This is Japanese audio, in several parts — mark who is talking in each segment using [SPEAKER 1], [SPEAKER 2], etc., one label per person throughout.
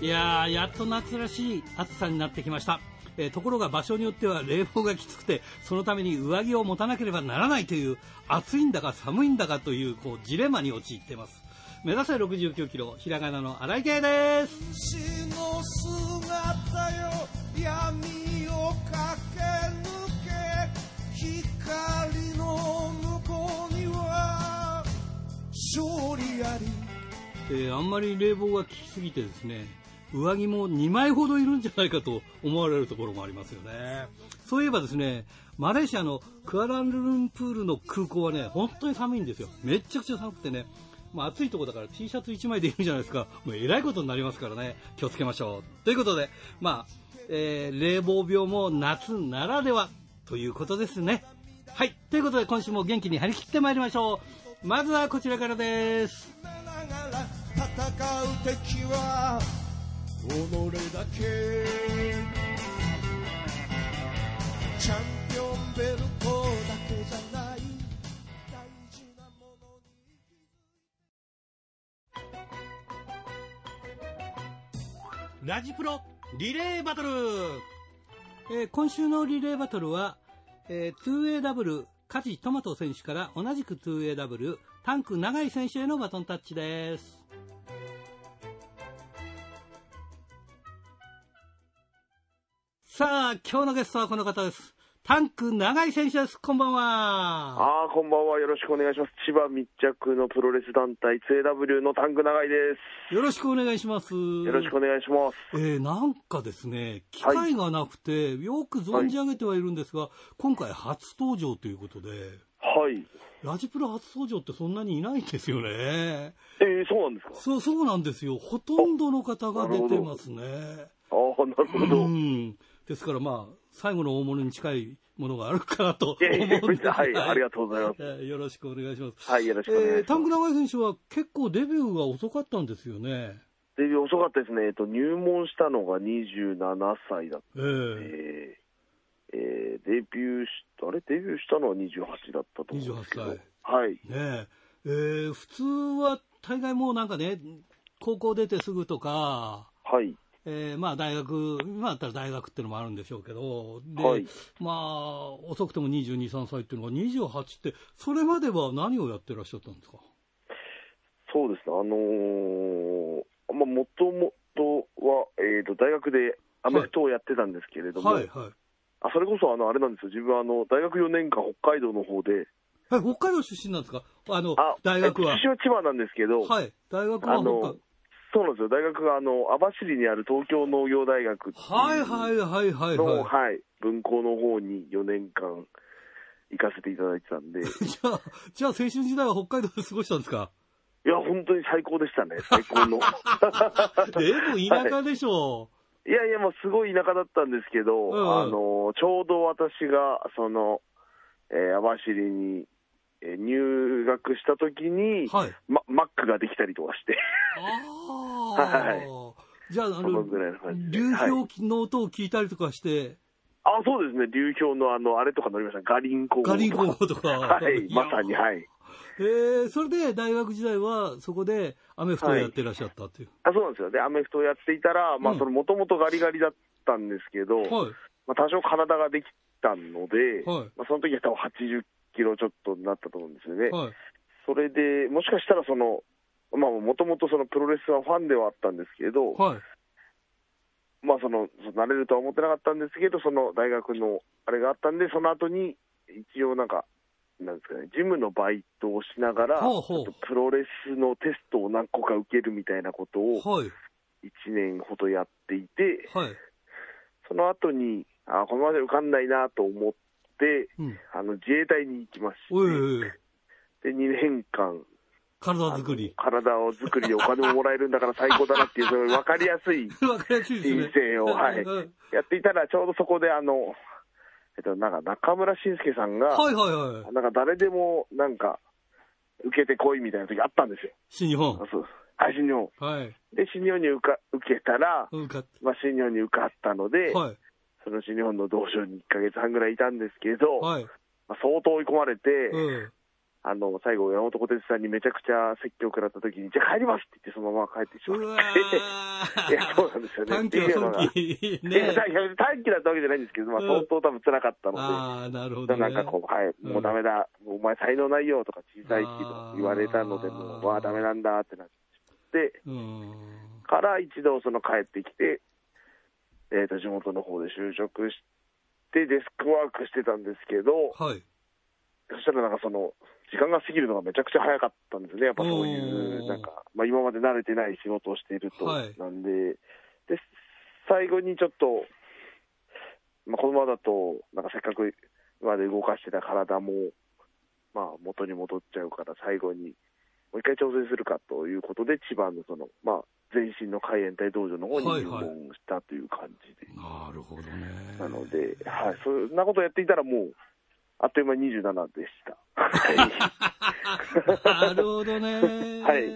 [SPEAKER 1] いやーやっと夏らしい暑さになってきました、えーところが場所によっては冷房がきつくてそのために上着を持たなければならないという暑いんだか寒いんだかというこうジレンマに陥っています目指せ69キロひらがなの荒井圭です
[SPEAKER 2] 死の姿よ闇を駆け抜け光の向こうには勝利あり
[SPEAKER 1] えーあんまり冷房が効きすぎてですね上着も2枚ほどいるんじゃないかと思われるところもありますよねそういえばですねマレーシアのクアランルンプールの空港はね本当に寒いんですよめっちゃくちゃ寒くてね、まあ、暑いとこだから T シャツ1枚でいいんじゃないですかもうえらいことになりますからね気をつけましょうということでまあ、えー冷房病も夏ならではということですねはいということで今週も元気に張り切ってまいりましょうまずはこちらからです
[SPEAKER 2] ながら戦う敵は己だけチャンピオンベルトだけじゃない大事なものに
[SPEAKER 1] ラジプロリレーバトル、えー今週のリレーバトルは、えー、2AW 梶トマト選手から同じく 2AW タンク長井選手へのバトンタッチです。さあ、今日のゲストはこの方です。タンク長井選手です。こんばんは。
[SPEAKER 3] ああ、こんばんは。よろしくお願いします。千葉密着のプロレス団体 JW のタンク長井です。
[SPEAKER 1] よろしくお願いします。
[SPEAKER 3] よろしくお願いします。
[SPEAKER 1] えーなんかですね、機会がなくて、よく存じ上げてはいるんですが、今回初登場ということで、
[SPEAKER 3] はい。
[SPEAKER 1] ラジプロ初登場ってそんなにいないんですよね。
[SPEAKER 3] えー、そうなんですか
[SPEAKER 1] そう、そうなんですよ。ほとんどの方が出てますね。
[SPEAKER 3] ああ、なるほ
[SPEAKER 1] う
[SPEAKER 3] ど。
[SPEAKER 1] ん。ですからまあ、最後の大物に近いものがあるかなと
[SPEAKER 3] いやいや
[SPEAKER 1] 思うんですが
[SPEAKER 3] はいありがとうございます
[SPEAKER 1] えーよろしくお願いします。
[SPEAKER 3] はい、よろしくお願
[SPEAKER 1] え
[SPEAKER 3] い
[SPEAKER 1] ー
[SPEAKER 3] し
[SPEAKER 1] タ
[SPEAKER 3] ま
[SPEAKER 1] ン
[SPEAKER 3] す。
[SPEAKER 1] ク長井選手は結構デビューが遅かったんですよね。
[SPEAKER 3] デビュー遅かったですね。えっと、入門したのが27歳だっ
[SPEAKER 1] え
[SPEAKER 3] て、
[SPEAKER 1] ー、
[SPEAKER 3] えーデビューし、あれデビューしたのは28だったと思うんですけど。
[SPEAKER 1] 28歳
[SPEAKER 3] はい。
[SPEAKER 1] ねええー普通は大概もうなんかね高校出てすぐとか、
[SPEAKER 3] はい。
[SPEAKER 1] えーまあ大学今だったら大学っていうのもあるんでしょうけどで、
[SPEAKER 3] はい
[SPEAKER 1] まあ遅くても223歳っていうのが28ってそれまでは何をやってらっしゃったんですか
[SPEAKER 3] そうですね。あのー、まあ、もともとは、えっ、と、大学でアメフトをやってたんですけれども、
[SPEAKER 1] はいはい
[SPEAKER 3] あそれこそあのあれなんですよ、自分はあの大学4年間、北海道の方で、
[SPEAKER 1] え北海道出身なんですかあの
[SPEAKER 3] あ
[SPEAKER 1] 大学は
[SPEAKER 3] え私は千葉なんですけど、
[SPEAKER 1] はい大学は
[SPEAKER 3] あのそうなんですよ、大学があの網走にある東京農業大学っていう
[SPEAKER 1] 北海道はいはいはいはい
[SPEAKER 3] の、はい
[SPEAKER 1] は
[SPEAKER 3] 文校の方に4年間行かせていただいてたん で、い
[SPEAKER 1] い じゃあじゃあ青春時代は北海道で過ごしたんです か
[SPEAKER 3] や、本当に最高でしたね、最高の。
[SPEAKER 1] えでも田舎でしょ
[SPEAKER 3] いやいや、もうすごい田舎だったんですけど、
[SPEAKER 1] うんうん
[SPEAKER 3] あのちょうど私がその、えー網走に、えー入学した時に、
[SPEAKER 1] はい
[SPEAKER 3] ま、マックができたりとかして。
[SPEAKER 1] あ
[SPEAKER 3] は
[SPEAKER 1] じゃあ、あ
[SPEAKER 3] その
[SPEAKER 1] の、
[SPEAKER 3] ぐらいの感じで
[SPEAKER 1] 流
[SPEAKER 3] はい、
[SPEAKER 1] 氷の音を聞いたりとかして、
[SPEAKER 3] あ、そうですね。流氷のあの、あれとか乗りました。ガリンコ号とか
[SPEAKER 1] ガリンコ号とか。
[SPEAKER 3] はい、
[SPEAKER 1] や
[SPEAKER 3] まさに、。はい。
[SPEAKER 1] えー、それで大学時代はそこでアメフトをやってらっしゃったっていう。
[SPEAKER 3] あ、そうなんですよ。で、アメフトをやっていたら、ま
[SPEAKER 1] う
[SPEAKER 3] あ、
[SPEAKER 1] ん
[SPEAKER 3] その、もともとガリガリだったんですけど、
[SPEAKER 1] はい。
[SPEAKER 3] まあ、多少体ができたので、
[SPEAKER 1] はい
[SPEAKER 3] まあ、その時は多分80キロちょっとになったと思うんですよね。
[SPEAKER 1] はい。
[SPEAKER 3] それで、もしかしたらその、まあ、もともとそのプロレスはファンではあったんですけど、
[SPEAKER 1] はい。
[SPEAKER 3] まあその、その慣れるとは思ってなかったんですけど、その大学のあれがあったんで、その後に一応なんか、なんですかね、ジムのバイトをしながら、
[SPEAKER 1] ほうほう
[SPEAKER 3] ちょっとプロレスのテストを何個か受けるみたいなことを
[SPEAKER 1] はい。
[SPEAKER 3] 1年ほどやっていて、
[SPEAKER 1] はい。
[SPEAKER 3] その後に、あこのままで受かんないなと思って、
[SPEAKER 1] うん。
[SPEAKER 3] あの自衛隊に行きまし
[SPEAKER 1] おいおいおい。
[SPEAKER 3] て、で2年間、
[SPEAKER 1] 体作り。
[SPEAKER 3] あの体を作りでお金をもらえるんだから最高だなっていう、そういう分かりやすい
[SPEAKER 1] わかりやすいですね。
[SPEAKER 3] 人生をはい
[SPEAKER 1] うん
[SPEAKER 3] やっていたら、ちょうどそこで、あの、えっと、なんか中村晋介さんが、
[SPEAKER 1] はいはいはい。
[SPEAKER 3] なんか誰でも、なんか、受けてこいみたいな時あったんですよ。
[SPEAKER 1] 新日
[SPEAKER 3] あ
[SPEAKER 1] 本。
[SPEAKER 3] そうはい、新日本。
[SPEAKER 1] はい。
[SPEAKER 3] で、新日本に受か受けたら、
[SPEAKER 1] うんかっ
[SPEAKER 3] まあ、新日本に受かったので、
[SPEAKER 1] はい。
[SPEAKER 3] その新日本の道場に1ヶ月半ぐらいいたんですけど、
[SPEAKER 1] はい。
[SPEAKER 3] まあ、相当追い込まれて、
[SPEAKER 1] うん。
[SPEAKER 3] あの、最後、山本小鉄さんにめちゃくちゃ説教を食らった時に、じゃあ帰りますって言って、そのまま帰ってしま
[SPEAKER 1] う
[SPEAKER 3] う。
[SPEAKER 1] わ
[SPEAKER 3] いや、そうなんですよね。
[SPEAKER 1] 短期は早
[SPEAKER 3] ってい
[SPEAKER 1] 期。
[SPEAKER 3] うのがいや
[SPEAKER 1] ね
[SPEAKER 3] 短期短期だったわけじゃないんですけど、まあ、
[SPEAKER 1] うん
[SPEAKER 3] 相当多分辛かったので。
[SPEAKER 1] ああ、なるほど、ね。
[SPEAKER 3] なんかこう、はい、もうダメだ、お前才能ないよとか小さいって言われたので、
[SPEAKER 1] あー
[SPEAKER 3] もう、わあ、ダメなんだってなってし
[SPEAKER 1] う。ん。
[SPEAKER 3] まって、から一度その帰ってきて、えっ、と、地元の方で就職して、デスクワークしてたんですけど、
[SPEAKER 1] はい。
[SPEAKER 3] そしたらなんかその、時間が過ぎるのがめちゃくちゃ早かったんですね。やっぱそうい
[SPEAKER 1] お
[SPEAKER 3] う、
[SPEAKER 1] ー
[SPEAKER 3] なんか、まあ今まで慣れてない仕事をしていると。
[SPEAKER 1] はい
[SPEAKER 3] なんで、で、最後にちょっと、まあこのままだと、なんかせっかくまで動かしてた体も、まあ元に戻っちゃうから最後に、もう一回挑戦するかということで、千葉のその、まあ全身の海援隊道場の方に入門したという感じで。
[SPEAKER 1] なるほどね。
[SPEAKER 3] なので、はい、そんなことをやっていたらもう、あっという間に27 でした。はい
[SPEAKER 1] なるほどね。
[SPEAKER 3] はい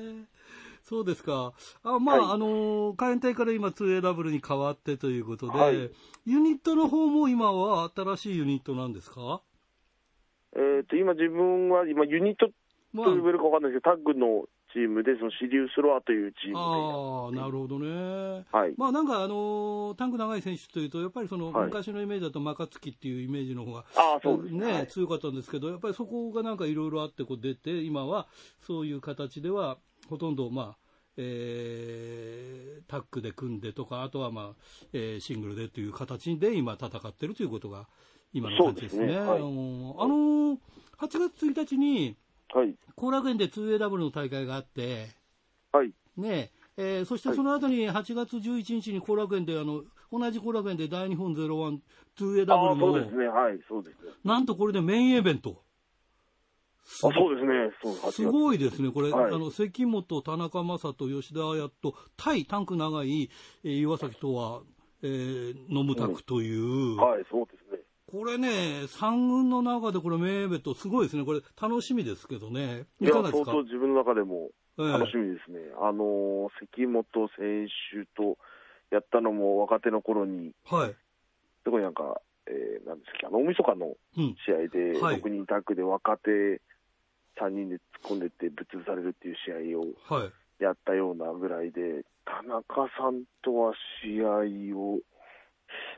[SPEAKER 1] そうですか。あまあ、
[SPEAKER 3] はい
[SPEAKER 1] あの、海援隊から今 2AW に変わってということで、
[SPEAKER 3] はい
[SPEAKER 1] ユニットの方も今は新しいユニットなんですか
[SPEAKER 3] えっと、今自分は、今ユニット
[SPEAKER 1] まあ
[SPEAKER 3] と呼べるかわかんないですけど、タッグのチームで、そのシリウスロアというチームで。
[SPEAKER 1] ああ、なるほどね。
[SPEAKER 3] はい。
[SPEAKER 1] まあなんかあのータンク長い選手というと、やっぱりその
[SPEAKER 3] はい
[SPEAKER 1] 昔のイメージだと、若月っていうイメージの方が、
[SPEAKER 3] ああ、そうですね。は
[SPEAKER 1] ね
[SPEAKER 3] い、
[SPEAKER 1] 強かったんですけど、やっぱりそこがなんかいろいろあってこう出て、今はそういう形では、ほとんど、まあえータッグで組んでとか、あとは、まあえーシングルでという形で今、戦ってるということが、今の感じですね。
[SPEAKER 3] そうですねはい
[SPEAKER 1] あのーあのー8月1日に
[SPEAKER 3] はい。
[SPEAKER 1] 後楽園で 2AW の大会があって、
[SPEAKER 3] はい。
[SPEAKER 1] ねええーそして
[SPEAKER 3] はい
[SPEAKER 1] その後に8月11日に後楽園で、あの同じ後楽園で大日本 012AW
[SPEAKER 3] ああ、そうです
[SPEAKER 1] の、
[SPEAKER 3] ね。はい。そうですね。
[SPEAKER 1] なんとこれでメインイベント。
[SPEAKER 3] あ、そうですね。そう、
[SPEAKER 1] す
[SPEAKER 3] い。
[SPEAKER 1] ごいですね、これ、
[SPEAKER 3] はい
[SPEAKER 1] あの関本、田中将人、吉田綾と、対タンク長い、えー岩崎とは、えー、ノムタクという、
[SPEAKER 3] はい、そうですね。
[SPEAKER 1] これね、三軍の中でこれ、名イベント、すごいですね、これ、楽しみですけどね、
[SPEAKER 3] い
[SPEAKER 1] い
[SPEAKER 3] や、
[SPEAKER 1] かがで
[SPEAKER 3] 相
[SPEAKER 1] すか
[SPEAKER 3] 当、自分の中でも
[SPEAKER 1] ええ
[SPEAKER 3] 楽しみですね。あのー、関本選手とやったのも若手の頃に、
[SPEAKER 1] はい、
[SPEAKER 3] 特になんか、えー、なんですっけ、あの、大晦日の
[SPEAKER 1] うん、
[SPEAKER 3] 試合で、
[SPEAKER 1] はい
[SPEAKER 3] 6人タッグで若手3人で突っ込んでってぶっ潰されるっていう試合を
[SPEAKER 1] はい、
[SPEAKER 3] やったようなぐらいで、田中さんとは試合を、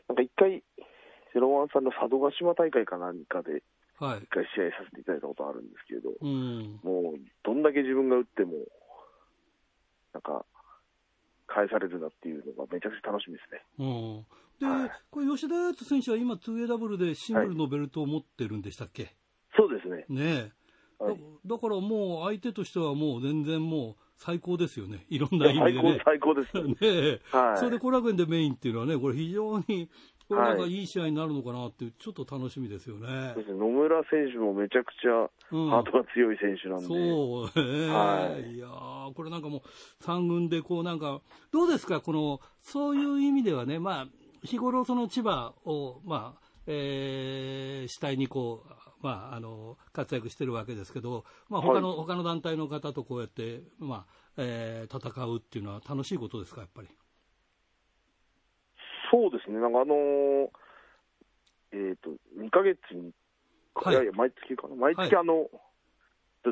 [SPEAKER 3] なんか一回、ゼロワンさんの佐渡島大会か何かで、
[SPEAKER 1] はい
[SPEAKER 3] 一、回試合させていただいたことあるんですけど、
[SPEAKER 1] うん、
[SPEAKER 3] もう、どんだけ自分が打っても、なんか、返されるなっていうのがめちゃくちゃ楽しみですね。
[SPEAKER 1] うん、で
[SPEAKER 3] はい、
[SPEAKER 1] これ、吉田綾人選手は今、2AW でシングルのベルトを持ってるんでしたっけ、
[SPEAKER 3] そうですね。
[SPEAKER 1] ねえ。
[SPEAKER 3] はい
[SPEAKER 1] だだからもう相手としてはもう全然もう最高ですよね。いろん
[SPEAKER 3] い
[SPEAKER 1] な
[SPEAKER 3] や
[SPEAKER 1] 意
[SPEAKER 3] 最
[SPEAKER 1] 味で
[SPEAKER 3] 高
[SPEAKER 1] ね、。
[SPEAKER 3] 最高です。
[SPEAKER 1] ねえ。
[SPEAKER 3] は い。
[SPEAKER 1] それで後楽園でメインっていうのはね、これ非常に、これなんかいい試合になるのかなっていう、ちょっと楽しみですよね
[SPEAKER 3] そう。ですね野村選手もめちゃくちゃ
[SPEAKER 1] うん。
[SPEAKER 3] ハートが強い選手なんで、
[SPEAKER 1] そう、ね
[SPEAKER 3] はい
[SPEAKER 1] いやーこれなんかもう、三軍でこうなんか、どうですか、この、そういう意味ではね、まあ、日頃その千葉を、まあ、えー主体にこう、まあ、あの、活躍してるわけですけど、まあ、他の、他の団体の方とこうやって、まあ、えー戦うっていうのは楽しいことですか、やっぱり。
[SPEAKER 3] そうですね、なんかあのーえっ、と、2ヶ月に、
[SPEAKER 1] はい
[SPEAKER 3] い、やいや、毎月かな、毎月
[SPEAKER 1] は
[SPEAKER 3] あの、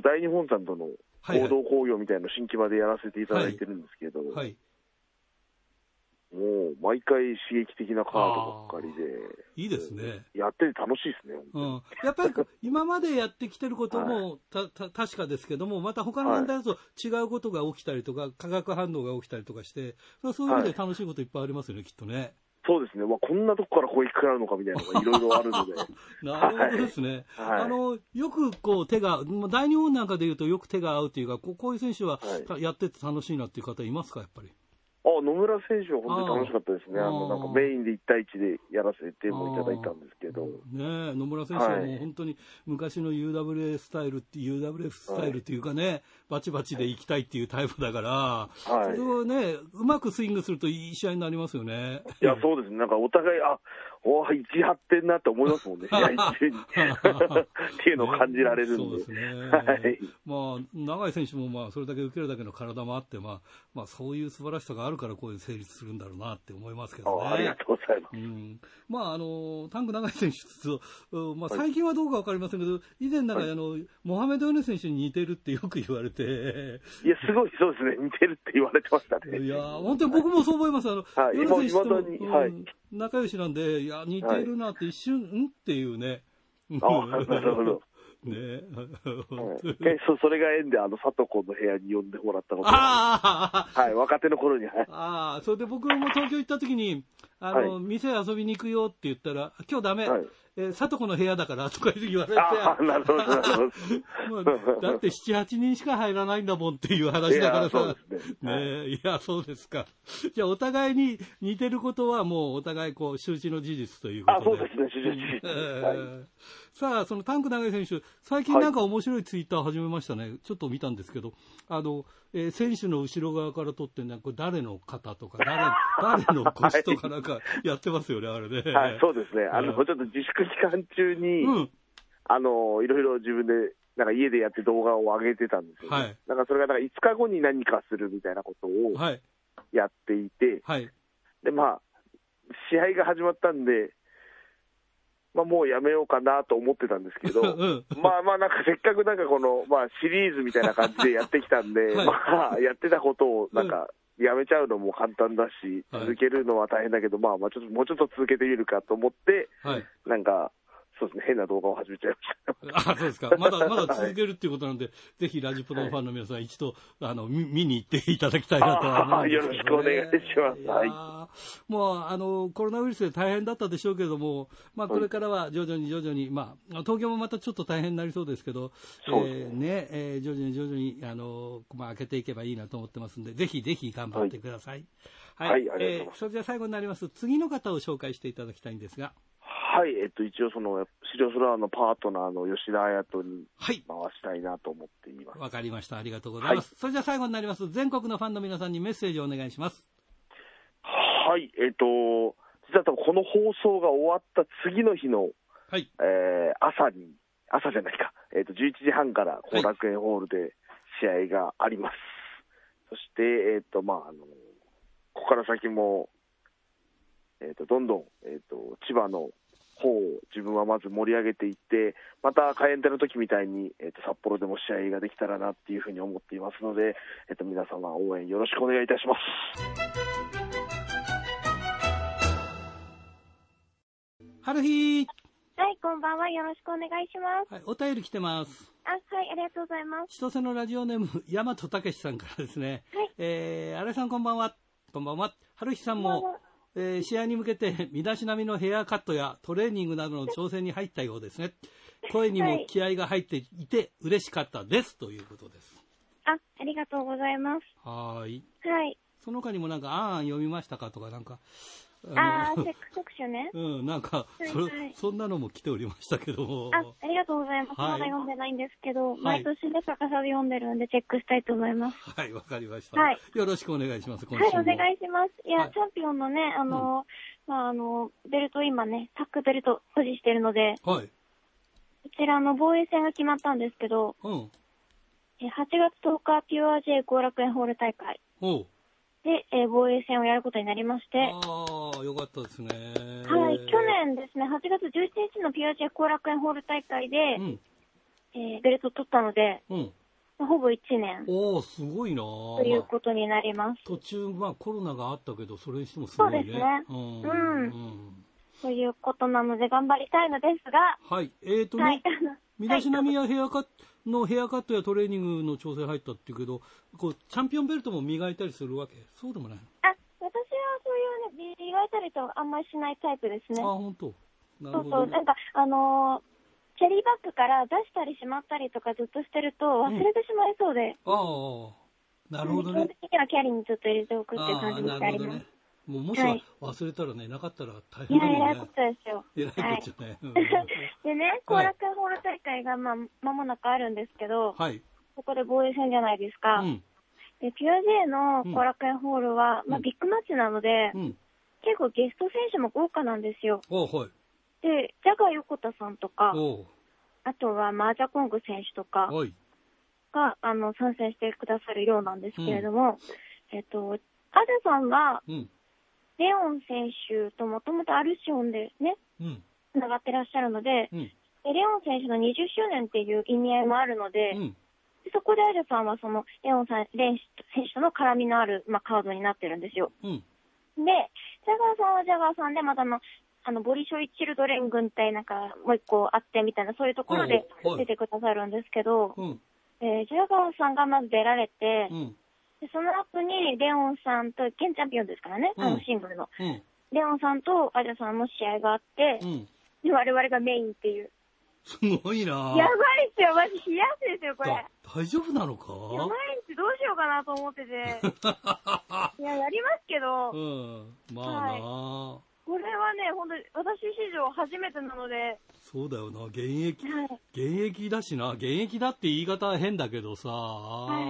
[SPEAKER 3] 大日本さんとの
[SPEAKER 1] はい、は
[SPEAKER 3] 合
[SPEAKER 1] い。
[SPEAKER 3] 同興行みたいなのを新木場でやらせていただいてるんですけど、
[SPEAKER 1] はい。
[SPEAKER 3] もう毎回刺激的なカードばっかりで、
[SPEAKER 1] いいですね。
[SPEAKER 3] やってて楽しいですね、
[SPEAKER 1] うん、やっぱりこう今までやってきてることもたた確かですけども、また他の団体だと違うことが起きたりとか、化学反応が起きたりとかして、まあそういう意味で楽しいこといっぱいありますよね、きっとね。
[SPEAKER 3] そうですね、まあ、こんなとこから攻撃食らうのかみたいなのがいろいろあるので、
[SPEAKER 1] なるほどですね。
[SPEAKER 3] はい
[SPEAKER 1] あのよくこう手が、まあ大日本なんかでいうとよく手が合うというか、こうこういう選手は
[SPEAKER 3] はい
[SPEAKER 1] たやってて楽しいなっていう方いますか、やっぱり。
[SPEAKER 3] あ野村選手は本当に楽しかったですね、
[SPEAKER 1] あー
[SPEAKER 3] あのなんかメインで1対1でやらせてもいただいたんですけど。
[SPEAKER 1] ねえ、野村選手は
[SPEAKER 3] は
[SPEAKER 1] もう
[SPEAKER 3] い
[SPEAKER 1] 本当に昔の UWA スタイルって、UWF スタイルっていうかね、バチバチで行きたいっていうタイプだから、
[SPEAKER 3] はい
[SPEAKER 1] それをね、うまくスイングするといい試合になりますよね。
[SPEAKER 3] いや、そうですね。なんかお互い、あ、おお、一致発展なって思います もんね、試合中に。っていうのを感じられるん
[SPEAKER 1] そう
[SPEAKER 3] で。
[SPEAKER 1] ですね。
[SPEAKER 3] はい
[SPEAKER 1] まあ、永井選手も、まあ、それだけ受けるだけの体もあって、まあ、まあ、そういう素晴らしさがあるから、こういう成立するんだろうなって思いますけどね。
[SPEAKER 3] あありがとうございます。
[SPEAKER 1] うんまあ、あの、タンク長井選手と、うんまあ、最近はどうかわかりませんけど、以前なんか、
[SPEAKER 3] はい
[SPEAKER 1] あの、モハメド・ヨネ選手に似てるってよく言われて、
[SPEAKER 3] いや、すごいそうですね、似てるって言われてましたね。
[SPEAKER 1] いやー本当に僕もそう思います。あの、
[SPEAKER 3] はい
[SPEAKER 1] ヨネ選手とも
[SPEAKER 3] 今未だにはい
[SPEAKER 1] うん仲良しなんで、いや、似てるなって一瞬、んっていうね。
[SPEAKER 3] あなるほど。
[SPEAKER 1] ね。
[SPEAKER 3] うんえそうそれが縁で、あの、佐藤君の部屋に呼んでもらったことが
[SPEAKER 1] ああ
[SPEAKER 3] はい、若手の頃に、はい。
[SPEAKER 1] ああ、それで僕も東京行った時に、あの、
[SPEAKER 3] は
[SPEAKER 1] 店遊びに行くよって言ったら、今日ダメ、
[SPEAKER 3] はい
[SPEAKER 1] えー、さとこの部屋だからとか言われて、
[SPEAKER 3] ああ、なるほど、なるほど。
[SPEAKER 1] まあだって7、8人しか入らないんだもんっていう話だから
[SPEAKER 3] いや
[SPEAKER 1] さ
[SPEAKER 3] そうです、ね
[SPEAKER 1] ねえいや、そうですか。じゃあ、お互いに似てることはもうお互いこう、周知の事実というこ
[SPEAKER 3] あそ
[SPEAKER 1] と
[SPEAKER 3] う
[SPEAKER 1] で。
[SPEAKER 3] ですね、主
[SPEAKER 1] え
[SPEAKER 3] 人はい
[SPEAKER 1] ーさあ、そのタンク長井選手、最近なんか面白いツイッター始めましたね、ちょっと見たんですけど、あの、えー選手の後ろ側から撮って、なんか誰の肩とか、誰誰の腰とかなんかやってますよね、あれね。
[SPEAKER 3] はい、そうですね。あの、
[SPEAKER 1] うん
[SPEAKER 3] ちょっと自粛期間中に、
[SPEAKER 1] うん。
[SPEAKER 3] あの、いろいろ自分で、なんか家でやって動画を上げてたんですよ、ね。
[SPEAKER 1] はい
[SPEAKER 3] なんかそれが、なんか5日後に何かするみたいなことを
[SPEAKER 1] はい。
[SPEAKER 3] やっていて、
[SPEAKER 1] はい。
[SPEAKER 3] で、まあ、試合が始まったんで、まあもうやめようかなと思ってたんですけど、
[SPEAKER 1] うん
[SPEAKER 3] まあまあなんかせっかくなんかこの、まあシリーズみたいな感じでやってきたんで、
[SPEAKER 1] はい
[SPEAKER 3] まあやってたことをなんかやめちゃうのも簡単だし、
[SPEAKER 1] はい
[SPEAKER 3] 続けるのは大変だけど、まあまあちょっともうちょっと続けてみるかと思って、
[SPEAKER 1] はい。
[SPEAKER 3] なんか、そうですね、変な動画を始めちゃいまし
[SPEAKER 1] あそうですか、まだまだ続けるっていうことなんで、ぜひラジプロのファンの皆さん、一度あの見見に行っていただきたいなとは思うんですけど、ね、
[SPEAKER 3] あーよろしくお願いします
[SPEAKER 1] ます、もうあのコロナウイルスで大変だったでしょうけれども、まあ、これからは徐々に徐々に、まあ、東京もまたちょっと大変になりそうですけど、
[SPEAKER 3] そうで
[SPEAKER 1] え
[SPEAKER 3] すね
[SPEAKER 1] ーねえー徐々に徐々にあの、まあ、開けていけばいいなと思ってますんで、ぜひぜひ頑張ってください。はい
[SPEAKER 3] はいありがとうございます
[SPEAKER 1] えーそれでは最後になります、次の方を紹介していただきたいんですが、
[SPEAKER 3] た。はい、えっと、一応その、シリオスラーのパートナーの吉田彩斗に
[SPEAKER 1] はい
[SPEAKER 3] 回したいなと思っています。
[SPEAKER 1] わかりました。ありがとうございます。それじゃあ最後になります。全国のファンの皆さんにメッセージをお願いします。
[SPEAKER 3] はい、えっと、実は多分この放送が終わった次の日の、
[SPEAKER 1] はい。
[SPEAKER 3] えー朝に、朝じゃないか、えっと、11時半から後楽園ホールで試合があります。そして、えっと、まあ、あの、ここから先も、えっと、どんどん、えっと、千葉の方を自分はまず盛り上げていって、また開演手の時みたいに、えっと、札幌でも試合ができたらなっていうふうに思っていますので、えっと、皆様応援よろしくお願いいたします。
[SPEAKER 1] 春日、
[SPEAKER 4] はい、こんばんは。よろしくお願いします。
[SPEAKER 1] はい、お便り来てます。
[SPEAKER 4] あ、はい、ありがとうございます。
[SPEAKER 1] 千歳のラジオネーム、 大和武さんからですね。
[SPEAKER 4] はい
[SPEAKER 1] えー、荒井さんこんばんは。こんばんは。春日さんも
[SPEAKER 4] こんばんは、
[SPEAKER 1] えー試合に向けて、身だしなみのヘアカットやトレーニングなどの挑戦に入ったようですね。声にも気合が入っていて嬉しかったです。ということです。
[SPEAKER 4] あ、ありがとうございます。
[SPEAKER 1] はーい。
[SPEAKER 4] はい。
[SPEAKER 1] その他にもなんか、あーん読みましたかとか、なんか、
[SPEAKER 4] あ
[SPEAKER 1] の
[SPEAKER 4] ー、セックス特 集ね。
[SPEAKER 1] うん、なんか、
[SPEAKER 4] い
[SPEAKER 1] そ
[SPEAKER 4] はい
[SPEAKER 1] そんなのも来ておりましたけども。
[SPEAKER 4] あ、ありがとうございます。
[SPEAKER 1] はい
[SPEAKER 4] まだ読んでないんですけど、
[SPEAKER 1] はい
[SPEAKER 4] 毎年ね、欠かさず読んでるんで、チェックしたいと思います。
[SPEAKER 1] はい、わかりました、
[SPEAKER 4] はい
[SPEAKER 1] よろしくお願いします、今
[SPEAKER 4] はい、
[SPEAKER 1] 週も。
[SPEAKER 4] お願いします。いや、
[SPEAKER 1] はい
[SPEAKER 4] チャンピオンのね、あの、まあ、あの、ベルト今ね、タックベルト保持してるので、
[SPEAKER 1] はい。
[SPEAKER 4] こちらの防衛戦が決まったんですけど、
[SPEAKER 1] うん。
[SPEAKER 4] え8月10日、ピュア J 後楽園ホール大会
[SPEAKER 1] おう。
[SPEAKER 4] で、えー防衛戦をやることになりまして、
[SPEAKER 1] ああ、よかったですね。
[SPEAKER 4] はい、去年ですね、8月11日のピュアチェ後楽園ホール大会で、
[SPEAKER 1] うん。
[SPEAKER 4] えーベルト取ったので、
[SPEAKER 1] うん。
[SPEAKER 4] ほぼ1年
[SPEAKER 1] おお、すごいなー
[SPEAKER 4] という
[SPEAKER 1] まあ
[SPEAKER 4] ことになります。
[SPEAKER 1] 途中、まあコロナがあったけど、それにしてもすごいね。
[SPEAKER 4] そうですね
[SPEAKER 1] うん。
[SPEAKER 4] うん
[SPEAKER 1] うん
[SPEAKER 4] ということなので頑張りたいのですが、
[SPEAKER 1] はい。えーとね、
[SPEAKER 4] はい、
[SPEAKER 1] 身だしなみ
[SPEAKER 4] はい
[SPEAKER 1] やヘアカットのヘアカットやトレーニングの調整入ったっていうけど、こう、チャンピオンベルトも磨いたりするわけそうでもないの
[SPEAKER 4] あ私はそういうね、磨いたりとはあんまりしないタイプですね。
[SPEAKER 1] ああ、
[SPEAKER 4] そ
[SPEAKER 1] 本当。なる
[SPEAKER 4] う
[SPEAKER 1] ほ
[SPEAKER 4] そ
[SPEAKER 1] ど
[SPEAKER 4] う、
[SPEAKER 1] ね。
[SPEAKER 4] なんか、あのーキャリーバッグから出したりしまったりとかずっとしてると忘れてしまいそうで、
[SPEAKER 1] ああ、なるほど
[SPEAKER 4] 基本
[SPEAKER 1] ね。
[SPEAKER 4] 的にはキャリーにずっと入れておくっていう
[SPEAKER 1] あ
[SPEAKER 4] 感
[SPEAKER 1] あ、
[SPEAKER 4] じにし
[SPEAKER 1] な
[SPEAKER 4] てあ
[SPEAKER 1] る
[SPEAKER 4] り
[SPEAKER 1] ほど
[SPEAKER 4] ます
[SPEAKER 1] ね。。もうもし
[SPEAKER 4] はい
[SPEAKER 1] 忘れたらね、なかったら大
[SPEAKER 4] い
[SPEAKER 1] 変
[SPEAKER 4] や
[SPEAKER 1] だ、もん
[SPEAKER 4] 偉いこ
[SPEAKER 1] ね
[SPEAKER 4] と。ですよ。
[SPEAKER 1] えらいこ
[SPEAKER 4] はい
[SPEAKER 1] っちゃね。
[SPEAKER 4] でね、後楽園ホール大会がまあ、間もなくあるんですけど、
[SPEAKER 1] はい。
[SPEAKER 4] ここで防衛戦じゃないです
[SPEAKER 1] う
[SPEAKER 4] か。
[SPEAKER 1] ん。
[SPEAKER 4] で、ピュア J の後楽園ホールは、
[SPEAKER 1] うん
[SPEAKER 4] まあ、ビッグマッチなので、
[SPEAKER 1] うん。
[SPEAKER 4] 結構ゲスト選手も豪華なんですよ。
[SPEAKER 1] おはい。
[SPEAKER 4] で、ジャガー横田さんとか、
[SPEAKER 1] お
[SPEAKER 4] あとはマージャコング選手とか
[SPEAKER 1] はい。
[SPEAKER 4] が、あの、参戦してくださるようなんですけれども、えっと、アダさんが、
[SPEAKER 1] うん。
[SPEAKER 4] レオン選手ともともとアルシオンでね、
[SPEAKER 1] うん。
[SPEAKER 4] つながってらっしゃるので、
[SPEAKER 1] うん。
[SPEAKER 4] でレオン選手の20周年っていう意味合いもあるので、
[SPEAKER 1] うん。
[SPEAKER 4] でそこでアジャさんはその、レオンさん、レン選手との絡みのある、まあ、カードになってるんですよ。
[SPEAKER 1] うん。
[SPEAKER 4] で、ジャガーさんはジャガーさんで、またあの、あの、ボリショイ・チルドレン軍隊なんか、もう一個あってみたいな、そういうところで
[SPEAKER 1] はいはい
[SPEAKER 4] 出てくださるんですけど、
[SPEAKER 1] うん。
[SPEAKER 4] えージャガーさんがまず出られて、
[SPEAKER 1] うん。
[SPEAKER 4] でその後に、レオンさんと、現チャンピオンですからね、
[SPEAKER 1] うん
[SPEAKER 4] あの、シングルの。
[SPEAKER 1] うん。
[SPEAKER 4] レオンさんとアジャさんの試合があって、
[SPEAKER 1] うん。
[SPEAKER 4] で我々がメインっていう。
[SPEAKER 1] すごいな
[SPEAKER 4] やばいっすよ、マジ、冷やすですよ、これ。
[SPEAKER 1] だ大丈夫なの
[SPEAKER 4] いや毎
[SPEAKER 1] か
[SPEAKER 4] 日どうしようかなと 思ってて。いや、やりますけど
[SPEAKER 1] う、ん。まあな
[SPEAKER 4] これはね、本当に私史上初めてなので、
[SPEAKER 1] そうだよな。現役、
[SPEAKER 4] はい
[SPEAKER 1] 現役だしな。現役だって言い方は変だけどさ、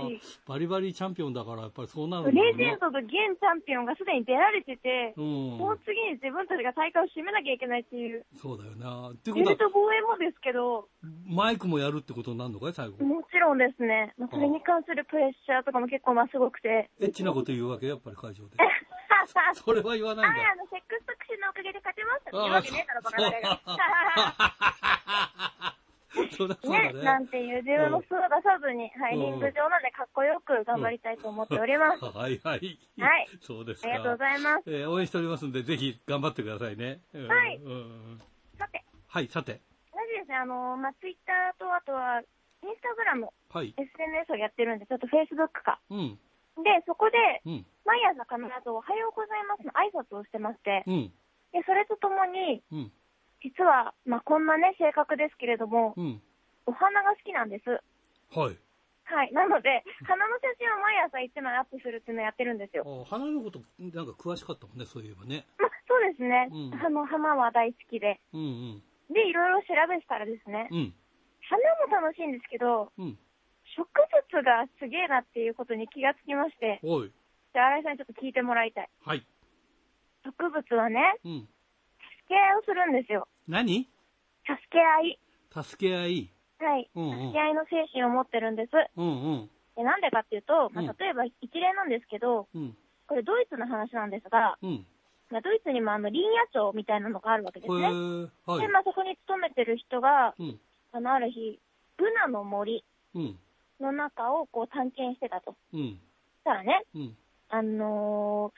[SPEAKER 4] い
[SPEAKER 1] バリバリチャンピオンだからやっぱりそうなるんだ
[SPEAKER 4] レ
[SPEAKER 1] よ
[SPEAKER 4] ジェ
[SPEAKER 1] ね
[SPEAKER 4] ン。ドと現チャンピオンがすでに出られてて、
[SPEAKER 1] う。
[SPEAKER 4] もうん次に自分たちが大会を締めなきゃいけないっていう、
[SPEAKER 1] そうだよな。って
[SPEAKER 4] ベ
[SPEAKER 1] こ
[SPEAKER 4] ル
[SPEAKER 1] とは、
[SPEAKER 4] ト防衛もですけど、
[SPEAKER 1] マイクもやるってことになるのかい最後。
[SPEAKER 4] もちろんですね、まあ、それに関するプレッシャーとかも結構まあすごく て。
[SPEAKER 1] エッチなこと言うわけやっぱり会場で。
[SPEAKER 4] あ
[SPEAKER 1] それは言わないんだ。
[SPEAKER 4] あの、セックス特集のおかげで勝てましたって言うわけねえだろ、バカ誰が。
[SPEAKER 1] そうだそうだ
[SPEAKER 4] ね、な
[SPEAKER 1] ね。
[SPEAKER 4] んていう自分の素を出さずに、はい、
[SPEAKER 1] うん
[SPEAKER 4] リング上なんでかっこよく頑張りたいと思っております。
[SPEAKER 1] はいはい。
[SPEAKER 4] はい
[SPEAKER 1] そうですか。
[SPEAKER 4] ありがとうございます。
[SPEAKER 1] えー応援しておりますんで、ぜひ頑張ってくださいね。
[SPEAKER 4] はい
[SPEAKER 1] うんうん
[SPEAKER 4] さて、
[SPEAKER 1] はい、さて。
[SPEAKER 4] 同じですね、あの、まあ、ツイッターと、あとは、インスタグラム、
[SPEAKER 1] はい。
[SPEAKER 4] SNS をやってるんで、ちょっとフェイスブックか。
[SPEAKER 1] うん。
[SPEAKER 4] で、そこで、
[SPEAKER 1] うん。
[SPEAKER 4] 毎朝必ずおはようございますの挨拶をしてまして、
[SPEAKER 1] うん。
[SPEAKER 4] で、それとともに、
[SPEAKER 1] うん。
[SPEAKER 4] 実は、まあ、こんなね、性格ですけれども、
[SPEAKER 1] うん。
[SPEAKER 4] お花が好きなんです。
[SPEAKER 1] はい。
[SPEAKER 4] はい。なので、花の写真を毎朝1枚アップするっていうのをやってるんですよ。
[SPEAKER 1] あ花のこと、なんか詳しかったもんね、そういえばね。
[SPEAKER 4] まあ、そうですね。
[SPEAKER 1] うん
[SPEAKER 4] あの、花は大好きで。
[SPEAKER 1] うん
[SPEAKER 4] で、いろいろ調べてたらですね
[SPEAKER 1] うん。、うん。
[SPEAKER 4] 花も楽しいんですけど、
[SPEAKER 1] うん。
[SPEAKER 4] 植物がすげえなっていうことに気がつきまして、
[SPEAKER 1] おい。
[SPEAKER 4] じゃあ新井さんにちょっと聞いてもらいたい。
[SPEAKER 1] はい。
[SPEAKER 4] 植物はね、
[SPEAKER 1] うん。
[SPEAKER 4] 助け合いをするんですよ。
[SPEAKER 1] 何
[SPEAKER 4] 助け合い。
[SPEAKER 1] 助け合い。
[SPEAKER 4] はい。
[SPEAKER 1] うんうん
[SPEAKER 4] 助け合いの精神を持ってるんです。
[SPEAKER 1] うんうん。
[SPEAKER 4] でなんでかっていうと、まあ
[SPEAKER 1] うん
[SPEAKER 4] 例えば一例なんですけど、
[SPEAKER 1] うん。
[SPEAKER 4] これドイツの話なんですが、
[SPEAKER 1] うん。
[SPEAKER 4] まあ、ドイツにもあの林野庁みたいなのがあるわけです
[SPEAKER 1] これ、
[SPEAKER 4] ね。
[SPEAKER 1] は
[SPEAKER 4] で、
[SPEAKER 1] い。
[SPEAKER 4] まあ、そこに勤めてる人が、
[SPEAKER 1] うん。
[SPEAKER 4] あの、ある日、ブナの森
[SPEAKER 1] うん。
[SPEAKER 4] の中をこう探検してたと。
[SPEAKER 1] うん。
[SPEAKER 4] したらね、
[SPEAKER 1] うん。
[SPEAKER 4] あの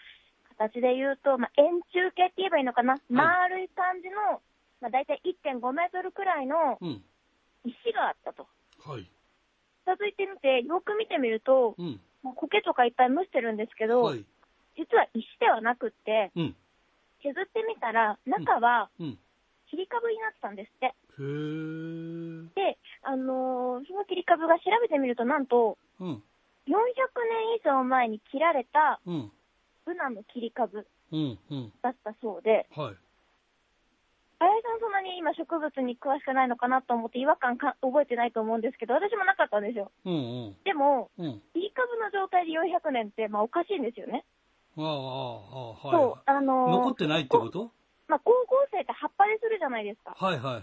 [SPEAKER 4] ー形で言うと、まあ、円柱形って言えばいいのかな、丸い感じの、まあ、大体1.5メートルくらいの
[SPEAKER 1] うん。
[SPEAKER 4] 石があったと。
[SPEAKER 1] はい。
[SPEAKER 4] 近づいてみて、よく見てみると、
[SPEAKER 1] うん。
[SPEAKER 4] まあ苔とかいっぱい蒸してるんですけど、
[SPEAKER 1] はい。
[SPEAKER 4] 実は石ではなくって、
[SPEAKER 1] うん。
[SPEAKER 4] 削ってみたら、中は
[SPEAKER 1] うん。
[SPEAKER 4] 切り株になってたんですって。
[SPEAKER 1] へー。
[SPEAKER 4] で、あのーその切り株が調べてみると、なんと、
[SPEAKER 1] うん。
[SPEAKER 4] 400年以上前に切られた
[SPEAKER 1] うん。
[SPEAKER 4] ブナの切り株
[SPEAKER 1] うん。うん。
[SPEAKER 4] だったそうで、
[SPEAKER 1] はい。
[SPEAKER 4] 林さんそんなに今植物に詳しくないのかなと思って違和感か覚えてないと思うんですけど、私もなかったんですよ。
[SPEAKER 1] うんうん。
[SPEAKER 4] でも、
[SPEAKER 1] うん。
[SPEAKER 4] 切り株の状態で400年って、まあおかしいんですよね。
[SPEAKER 1] ああ、ああ、ああ
[SPEAKER 4] そう
[SPEAKER 1] は、い。
[SPEAKER 4] あのー
[SPEAKER 1] 残ってないってこと
[SPEAKER 4] まあ高校生って葉っぱでするじゃないですか。
[SPEAKER 1] はいはい。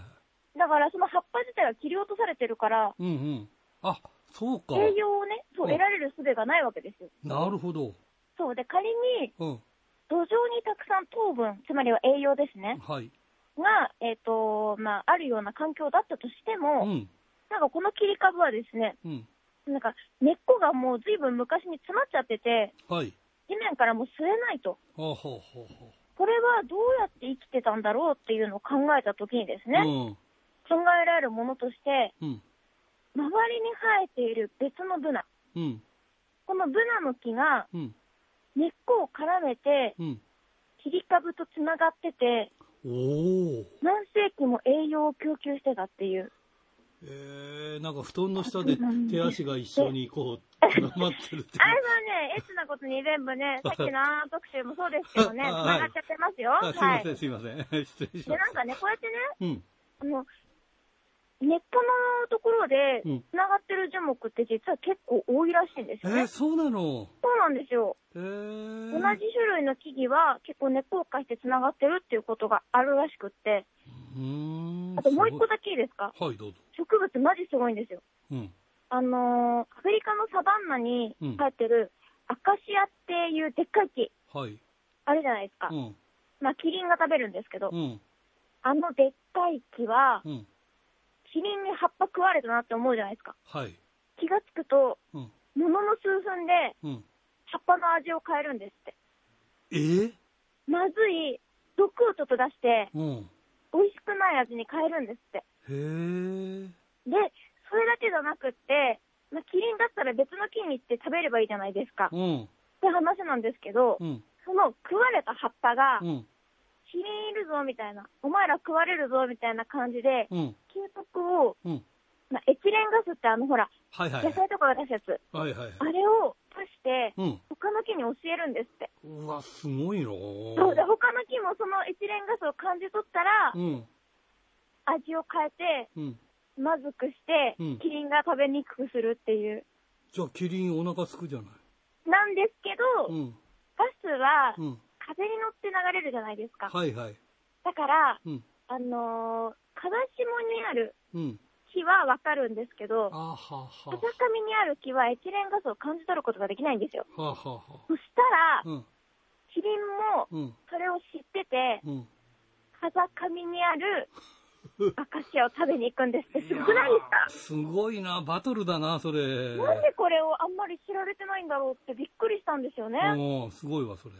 [SPEAKER 4] だからその葉っぱ自体が切り落とされてるから、
[SPEAKER 1] うんうん。あ、そうか。
[SPEAKER 4] 栄養をね、
[SPEAKER 1] う
[SPEAKER 4] そう
[SPEAKER 1] ん
[SPEAKER 4] 得られる術がないわけですよ。
[SPEAKER 1] なるほど。
[SPEAKER 4] そう。で、仮に
[SPEAKER 1] うん。
[SPEAKER 4] 土壌にたくさん糖分、つまりは栄養ですね、
[SPEAKER 1] はい。
[SPEAKER 4] が、えっ、と、まあ、あるような環境だったとして
[SPEAKER 1] う
[SPEAKER 4] も、
[SPEAKER 1] ん。
[SPEAKER 4] なんかこの切り株はですね、
[SPEAKER 1] うん。
[SPEAKER 4] なんか根っこがもう随分昔に詰まっちゃってて、
[SPEAKER 1] はい。
[SPEAKER 4] 地面からもう吸えないと。
[SPEAKER 1] ああ、ほうほうほ
[SPEAKER 4] これはどうやって生きてたんだろうっていうのを考えたときにです
[SPEAKER 1] う。
[SPEAKER 4] ね、考えられるものとして、
[SPEAKER 1] うん。うん。
[SPEAKER 4] 周りに生えている別のブナ。
[SPEAKER 1] うん。
[SPEAKER 4] このブナの木が
[SPEAKER 1] うん。
[SPEAKER 4] 根っこを絡めて、
[SPEAKER 1] うん。
[SPEAKER 4] 切り株とつながってて、
[SPEAKER 1] おお。
[SPEAKER 4] 何世紀も栄養を供給してたっていう。
[SPEAKER 1] えー、なんか布団の下で手足が一緒にこう、絡まってるっていう。
[SPEAKER 4] あれは ね、エッチなことに全部ね、さっきのあの特集もそうですけどね、
[SPEAKER 1] はい
[SPEAKER 4] 繋がっちゃってますよ。は
[SPEAKER 1] あすいま
[SPEAKER 4] い。
[SPEAKER 1] せ
[SPEAKER 4] で、
[SPEAKER 1] ん、すいません。失礼しま
[SPEAKER 4] なん
[SPEAKER 1] す。
[SPEAKER 4] かね、こうやってね、
[SPEAKER 1] うん。
[SPEAKER 4] あの、根っこのところをろで
[SPEAKER 1] うん、
[SPEAKER 4] つながってる樹木って実は結構多いらしいんです
[SPEAKER 1] え
[SPEAKER 4] よね。
[SPEAKER 1] ー、そうなの
[SPEAKER 4] そうなんですよ。
[SPEAKER 1] えー、
[SPEAKER 4] 同じ種類の木々は結構根っこを介してつながってるっていうことがあるらしくって。
[SPEAKER 1] うーん
[SPEAKER 4] あともう一個
[SPEAKER 1] だ
[SPEAKER 4] だけいいですか
[SPEAKER 1] けはいどうぞ
[SPEAKER 4] 植物マジすごいんですよ。
[SPEAKER 1] うん
[SPEAKER 4] あのーアフリカのサバンナに
[SPEAKER 1] うん
[SPEAKER 4] 生えてるアカシアっていうでっかい木、
[SPEAKER 1] はい
[SPEAKER 4] あるじゃないですか。
[SPEAKER 1] うん
[SPEAKER 4] まあ、キリンが食べるんですけど、
[SPEAKER 1] うん
[SPEAKER 4] あのでっかい木は、
[SPEAKER 1] うん
[SPEAKER 4] キリンに葉っぱ食われたなって思うじゃないですか。
[SPEAKER 1] はい
[SPEAKER 4] 気がつくと、
[SPEAKER 1] うん
[SPEAKER 4] ものの数分で
[SPEAKER 1] うん
[SPEAKER 4] 葉っぱの味を変えるんですって。
[SPEAKER 1] えー、
[SPEAKER 4] まずい、毒をちょっと出して、
[SPEAKER 1] うん
[SPEAKER 4] 美味しくない味に変えるんですって。
[SPEAKER 1] へえ
[SPEAKER 4] で、それだけじゃなくって、まあ、キリンだったら別の木に行って食べればいいじゃないですか。っ
[SPEAKER 1] うん
[SPEAKER 4] て話なんですけど、
[SPEAKER 1] うん
[SPEAKER 4] その食われた葉っぱが、
[SPEAKER 1] うん
[SPEAKER 4] キリンいるぞみたいな、お前ら食われるぞみたいな感じで、
[SPEAKER 1] うん
[SPEAKER 4] 給食を、
[SPEAKER 1] うん
[SPEAKER 4] まあ、エチレンガスってあのほら、
[SPEAKER 1] はいはい
[SPEAKER 4] 野菜とかが出すやつ、
[SPEAKER 1] はいはいはい
[SPEAKER 4] あれを足して、
[SPEAKER 1] うん
[SPEAKER 4] 他の木に教えるんですって。
[SPEAKER 1] うわすごいの
[SPEAKER 4] そうで、他の木もそのエチレンガスを感じ取ったら、
[SPEAKER 1] うん
[SPEAKER 4] 味を変えて、
[SPEAKER 1] うん
[SPEAKER 4] まずくして
[SPEAKER 1] うん、
[SPEAKER 4] キリンが食べにくくするっていう。
[SPEAKER 1] じゃあキリンお腹すくじゃない
[SPEAKER 4] なんですけど、
[SPEAKER 1] うん
[SPEAKER 4] ガスは
[SPEAKER 1] うん
[SPEAKER 4] 風に乗って流れるじゃないですか。
[SPEAKER 1] はいはい
[SPEAKER 4] だから、
[SPEAKER 1] うん
[SPEAKER 4] あのー、風下にある
[SPEAKER 1] うん
[SPEAKER 4] 木はわかるんですけど、
[SPEAKER 1] あはは
[SPEAKER 4] 風上にある木はエチレンガスを感じ取ることができないんですよ。
[SPEAKER 1] ははは
[SPEAKER 4] そしたら、
[SPEAKER 1] うん
[SPEAKER 4] キリンも
[SPEAKER 1] うん
[SPEAKER 4] それを知ってて、
[SPEAKER 1] うん
[SPEAKER 4] 風上にあ るアカシアを食べに行くんですって、すごくないです
[SPEAKER 1] す
[SPEAKER 4] か
[SPEAKER 1] ごいなバトルだなそれ
[SPEAKER 4] なんでこれをあんまり知られてないんだろうってびっくりしたんですよね。
[SPEAKER 1] うんすごいわそれ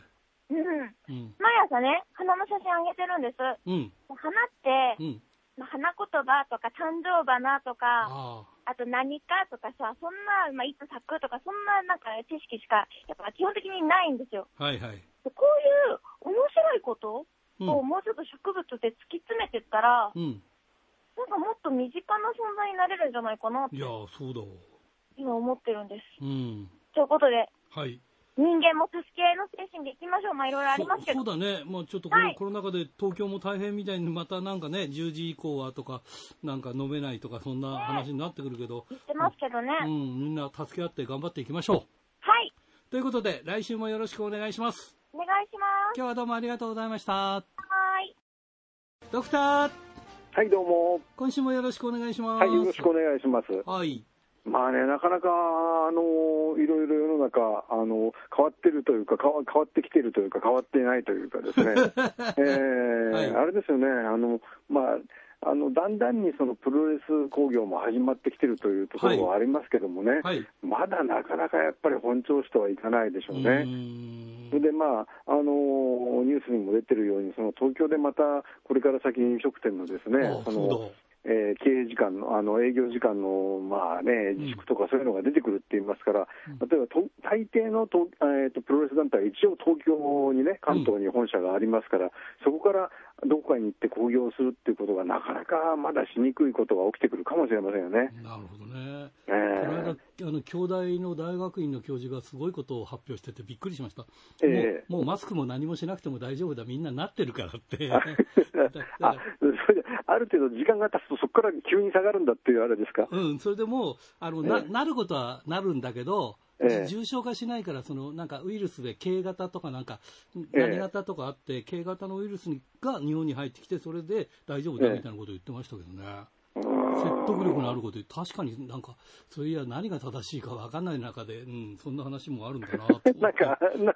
[SPEAKER 4] うん。
[SPEAKER 1] うん
[SPEAKER 4] 毎朝ね、花の写真あげてるんです。
[SPEAKER 1] うん
[SPEAKER 4] 花って
[SPEAKER 1] う、ん
[SPEAKER 4] まあ花言葉とか誕生花とか、
[SPEAKER 1] あ
[SPEAKER 4] あと何かとかさ、そんな、まあ、いつ咲くとか、そんななんか知識しか、やっぱ基本的にないんですよ。
[SPEAKER 1] あはいはい
[SPEAKER 4] こういう面白いこと
[SPEAKER 1] うん
[SPEAKER 4] をもうちょっと植物で突き詰めてったら、
[SPEAKER 1] うん
[SPEAKER 4] なんかもっと身近な存在になれるんじゃないかなって
[SPEAKER 1] いやそうだわ
[SPEAKER 4] 今思ってるんです。
[SPEAKER 1] うん
[SPEAKER 4] ということで、
[SPEAKER 1] はい
[SPEAKER 4] 人間も助け合いの精神でいきましょう。まあ、いろいろありますけ
[SPEAKER 1] そ
[SPEAKER 4] ど。
[SPEAKER 1] うそうだね、まあ、ちょっとこの、
[SPEAKER 4] はい
[SPEAKER 1] コロナ禍で東京も大変みたいに、またなんかね、10時以降はとか、なんか飲めないとか、そんな話になってくるけど、
[SPEAKER 4] 言ってますけど ね。
[SPEAKER 1] うん、みんな助け合って頑張っていきましょ
[SPEAKER 4] はい。
[SPEAKER 1] う。ということで、来週もよろしくお願いします。
[SPEAKER 4] お願いします。
[SPEAKER 1] 今日はどうもありがとうございました。
[SPEAKER 4] はい。
[SPEAKER 1] ドクター、
[SPEAKER 3] はい、どうも。
[SPEAKER 1] 今週もよろしくお願いします。
[SPEAKER 3] はい、よろしくお願いします。
[SPEAKER 1] はい。
[SPEAKER 3] まあね、なかなか、あの、いろいろ世の中、あの、変わってるというか、変わ変わってきてるというか、変わっていないというかです ね。えー
[SPEAKER 1] はい
[SPEAKER 3] あれですよね、あの、まあ、あの、だんだんにそのプロレス工業も始まってきてるというところはありますけどもね、
[SPEAKER 1] はい。
[SPEAKER 3] まだなかなかやっぱり本調子とはいかないでしょうね。
[SPEAKER 1] うーん
[SPEAKER 3] それでまあ、あのニュースにも出てるように、その東京でまたこれから先飲食店のですね
[SPEAKER 1] あ、
[SPEAKER 3] その
[SPEAKER 1] そ
[SPEAKER 3] えー経営時間の、あの営業時間の、まあね、自粛とかそういうのが出てくるって言いますから、
[SPEAKER 1] うん
[SPEAKER 3] 例えばと大抵のと、えー、とプロレス団体は一応東京にね、関東に本社がありますから、そこからどこかに行って興行するっていうことがなかなかまだしにくいことが起きてくるかもしれませんよね。
[SPEAKER 1] う。なるほどね。こ
[SPEAKER 3] えー
[SPEAKER 1] の間、あの、京大の大学院の教授がすごいことを発表しててびっくりしました。
[SPEAKER 3] ええ
[SPEAKER 1] もうもうマスクも何もしなくても大丈夫だ、みんななってるからって。だ
[SPEAKER 3] あ
[SPEAKER 1] だ
[SPEAKER 3] あそれである程度時間が経つと、そこから急に下がるんだっていうあれですか。
[SPEAKER 1] うん、それでもうあのな、
[SPEAKER 3] ええ
[SPEAKER 1] なることはなるんだけど、
[SPEAKER 3] ええ
[SPEAKER 1] 重症化しないから、そのなんかウイルスで K 型とかなんか、
[SPEAKER 3] ええ
[SPEAKER 1] 何型とかあって、K 型のウイルスが日本に入ってきて、それで大丈夫だ
[SPEAKER 3] ええ
[SPEAKER 1] みたいなことを言ってましたけどね。
[SPEAKER 3] うー
[SPEAKER 1] 説
[SPEAKER 3] ん
[SPEAKER 1] 得力のあることで、確かになんか、そういや、何が正しいか分かんない中で、うん、そんな話もあるんだなと思って
[SPEAKER 3] なんか、何が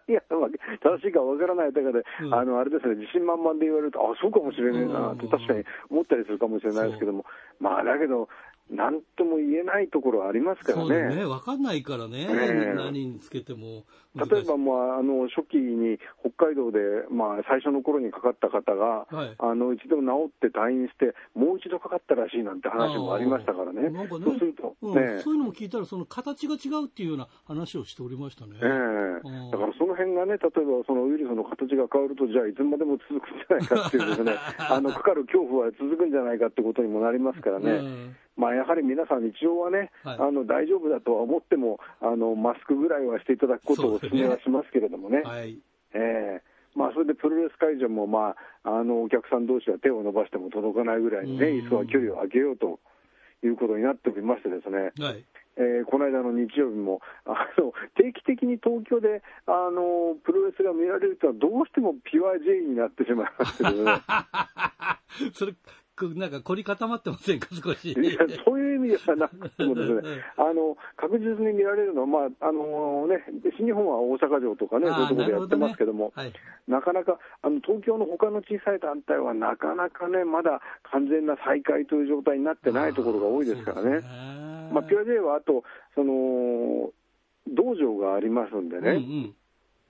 [SPEAKER 3] 正しいかわからない中で、
[SPEAKER 1] うん
[SPEAKER 3] あの、あれですね、自信満々で言われると、あ、そうかもしれないなって、
[SPEAKER 1] うん
[SPEAKER 3] 確かに思ったりするかもしれないですけども、まあ、だけど、なんとも言えないところはありますから
[SPEAKER 1] そうだ
[SPEAKER 3] ね。
[SPEAKER 1] ね、分かんないからね、
[SPEAKER 3] ええ
[SPEAKER 1] 何につけても難しい。
[SPEAKER 3] 例えば、まあ、あの、初期に北海道で、まあ、最初の頃にかかった方が、
[SPEAKER 1] はい
[SPEAKER 3] あの、一度治って退院して、もう一度かかったらしいなんて話もありましたからね。
[SPEAKER 1] なんかね
[SPEAKER 3] そうすると、
[SPEAKER 1] うん
[SPEAKER 3] ねえ
[SPEAKER 1] そういうのも聞いたら、その形が違うっていうような話をしておりましたね。
[SPEAKER 3] ええ
[SPEAKER 1] うん
[SPEAKER 3] だからその辺がね、例えばそのウイルスの形が変わると、じゃあいつまでも続くんじゃないかっていうで すね、あのかかる恐怖は続くんじゃないかってことにもなりますからね、
[SPEAKER 1] うん
[SPEAKER 3] まあ、やはり皆さん、一応はね、
[SPEAKER 1] はい
[SPEAKER 3] あの大丈夫だとは思ってもあの、マスクぐらいはしていただくことをお
[SPEAKER 1] そう
[SPEAKER 3] 勧
[SPEAKER 1] ですね
[SPEAKER 3] めはしますけれどもね、
[SPEAKER 1] はい。
[SPEAKER 3] ええまあ、それでプロレス会場も、まあ、あのお客さん同士は手を伸ばしても届かないぐらいにね、
[SPEAKER 1] うん
[SPEAKER 3] 椅子は距離を空けようということになっておりましてですね、
[SPEAKER 1] はい。
[SPEAKER 3] えーこの間の日曜日もあの 定期的に東京であのプロレスが見られるとはどうしてもピュア J になってしまいましたけ どね
[SPEAKER 1] それ、くなんか凝り固まってませんか、少し。
[SPEAKER 3] いやそういう意味ではなくてもですねあの確実に見られるのは、まああのね、新日本は大阪城とかね、そういう
[SPEAKER 1] あー
[SPEAKER 3] ところ
[SPEAKER 1] なる
[SPEAKER 3] でや
[SPEAKER 1] ほ
[SPEAKER 3] って
[SPEAKER 1] どね
[SPEAKER 3] ますけども、
[SPEAKER 1] はい。
[SPEAKER 3] なかなかあの東京の他の小さい団体は、なかなかね、まだ完全な再開という状態になってないところが多いですからね。まあ、ピュア J はあと、その道場がありますんで
[SPEAKER 1] アうんう
[SPEAKER 3] ね、
[SPEAKER 1] ん。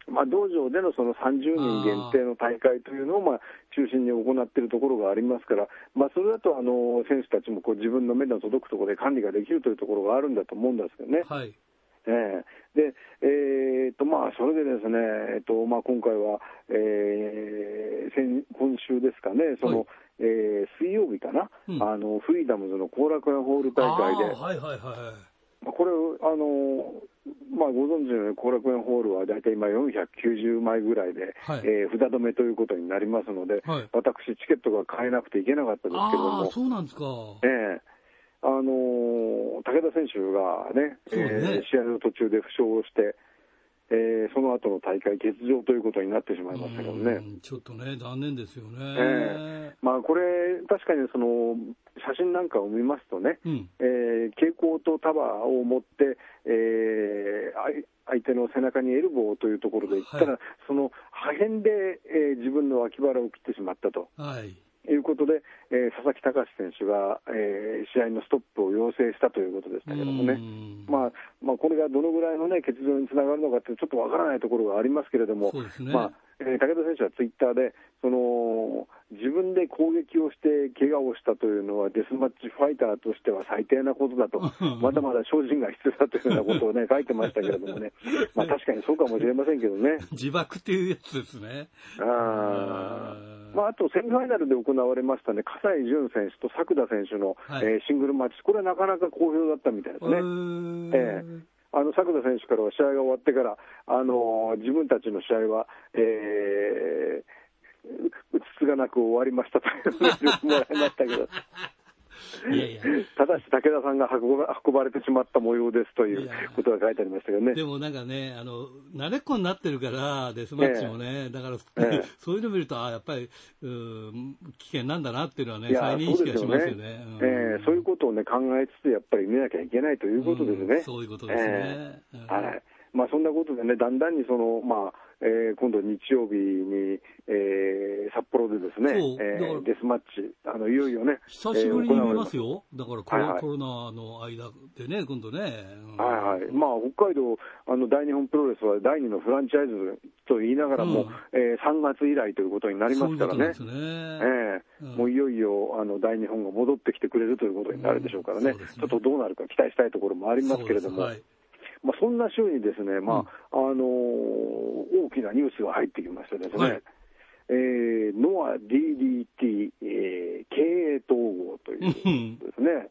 [SPEAKER 3] まあ、道場でのその30人限定の大会というのをまあ中心に行っているところがありますから、まあ、それだとあの選手たちもこう自分の目の届くところで管理ができるというところがあるんだと思うんですけどね。
[SPEAKER 1] はい。
[SPEAKER 3] ええで、えーっとまあ、それでですね、えっとまあ、今回は、えー先今週ですかね、その
[SPEAKER 1] はい
[SPEAKER 3] えー水曜日かな、
[SPEAKER 1] うん
[SPEAKER 3] あの、フリーダムズの後楽園ホール大会
[SPEAKER 1] あー、
[SPEAKER 3] で
[SPEAKER 1] はいはいは
[SPEAKER 3] まあこれ、あのまあ、ご存知のように、後楽園ホールは大体今、490枚ぐらいで、
[SPEAKER 1] はい
[SPEAKER 3] えー札止めということになりますので、
[SPEAKER 1] はい
[SPEAKER 3] 私、チケットが買えなくていけなかった
[SPEAKER 1] い。
[SPEAKER 3] ですけど
[SPEAKER 1] ああー、、
[SPEAKER 3] も
[SPEAKER 1] そうなんですか。
[SPEAKER 3] ええあの武田選手がね
[SPEAKER 1] そうね
[SPEAKER 3] えー試合の途中で負傷をして、えーその後の大会、欠場ということになってしまいましたけどね。
[SPEAKER 1] うんちょっとね、残念ですよね。
[SPEAKER 3] ええまあ、これ、確かにその写真なんかを見ますとね、
[SPEAKER 1] うん。
[SPEAKER 3] えー蛍光と束を持って、えーあい相手の背中にエルボーというところで行ったら、
[SPEAKER 1] は
[SPEAKER 3] その破片で、えー自分の脇腹を切ってしまったと
[SPEAKER 1] はい。
[SPEAKER 3] いうことで、えー佐々木隆選手が、えー試合のストップを要請したということでしたけども
[SPEAKER 1] う
[SPEAKER 3] ね。
[SPEAKER 1] ん
[SPEAKER 3] まあまあ、これがどのぐらいの、ね、欠場につながるのかってちょっとわからないところがありますけれども、
[SPEAKER 1] そうですね。
[SPEAKER 3] まあえー武田選手はツイッターでその、自分で攻撃をして怪我をしたというのは、デスマッチファイターとしては最低なことだ と、まだまだ精進が必要だというようなことを、ね、書いてましたけれどもね、まあ、確かにそうかもしれませんけ どね。
[SPEAKER 1] 自爆っていうやつですね。
[SPEAKER 3] あーまあ、あとセミファイナルで行われましたね、葛西潤選手と作田選手の、
[SPEAKER 1] はい
[SPEAKER 3] えーシングルマッチ、これはなかなか好評だったみたいです
[SPEAKER 1] う
[SPEAKER 3] ね。
[SPEAKER 1] ーん
[SPEAKER 3] ええあの作田選手からは試合が終わってから、あの自分たちの試合は、えー、ううつつがなく終わりましたというメールをもらいましたけ ど、
[SPEAKER 1] いやいや。
[SPEAKER 3] ただし武田さんが運ば運ばれてしまった模様ですという
[SPEAKER 1] いや
[SPEAKER 3] ことが書いてありましたけどね。
[SPEAKER 1] でもなんかね、あの、慣れっこになってるから、デスマッチもね、だから、
[SPEAKER 3] ええ
[SPEAKER 1] そういうの見ると、ああやっぱり、うーん、危険なんだなっていうのはね、
[SPEAKER 3] いや
[SPEAKER 1] 再認
[SPEAKER 3] そう
[SPEAKER 1] 識
[SPEAKER 3] で
[SPEAKER 1] は
[SPEAKER 3] す
[SPEAKER 1] し
[SPEAKER 3] よ
[SPEAKER 1] ます
[SPEAKER 3] ね
[SPEAKER 1] よね。ん
[SPEAKER 3] えーそういうことを、ね、考えつつ、やっぱり見なきゃいけないということです
[SPEAKER 1] う
[SPEAKER 3] ね
[SPEAKER 1] ん。そういうことですね
[SPEAKER 3] えー
[SPEAKER 1] うん
[SPEAKER 3] はいまあ、そんなことでね、だんだんにその、まあえー今度、日曜日に、えー札幌でですね、
[SPEAKER 1] そう
[SPEAKER 3] えー
[SPEAKER 1] だから
[SPEAKER 3] デスマッチ、あのいよいよね、
[SPEAKER 1] 久しぶりに見ます
[SPEAKER 3] よ。
[SPEAKER 1] よ。だからコ
[SPEAKER 3] はいは
[SPEAKER 1] ロ、
[SPEAKER 3] い
[SPEAKER 1] コロナの間でね、今度ね。うん
[SPEAKER 3] はいはいまあ、北海道あの、大日本プロレスは第二のフランチャイズと言いながらも、
[SPEAKER 1] うん
[SPEAKER 3] えー3月以来ということになり
[SPEAKER 1] そ
[SPEAKER 3] ま
[SPEAKER 1] うい
[SPEAKER 3] す
[SPEAKER 1] う
[SPEAKER 3] か
[SPEAKER 1] こ
[SPEAKER 3] ら
[SPEAKER 1] となん
[SPEAKER 3] ね
[SPEAKER 1] です、ね。
[SPEAKER 3] ええ
[SPEAKER 1] うん
[SPEAKER 3] もういよいよあの大日本が戻ってきてくれるということになるでしょうから
[SPEAKER 1] う
[SPEAKER 3] ね、
[SPEAKER 1] んそうです
[SPEAKER 3] ち
[SPEAKER 1] ね
[SPEAKER 3] ょっとどうなるか期待したいところもありますけれども、
[SPEAKER 1] そうです
[SPEAKER 3] まあ、そんな週にですね、まああのー大きなニュースが入ってきましてですね、
[SPEAKER 1] はい
[SPEAKER 3] えー、ノア DDT、えー経営統合という
[SPEAKER 1] はい。うん
[SPEAKER 3] ですね。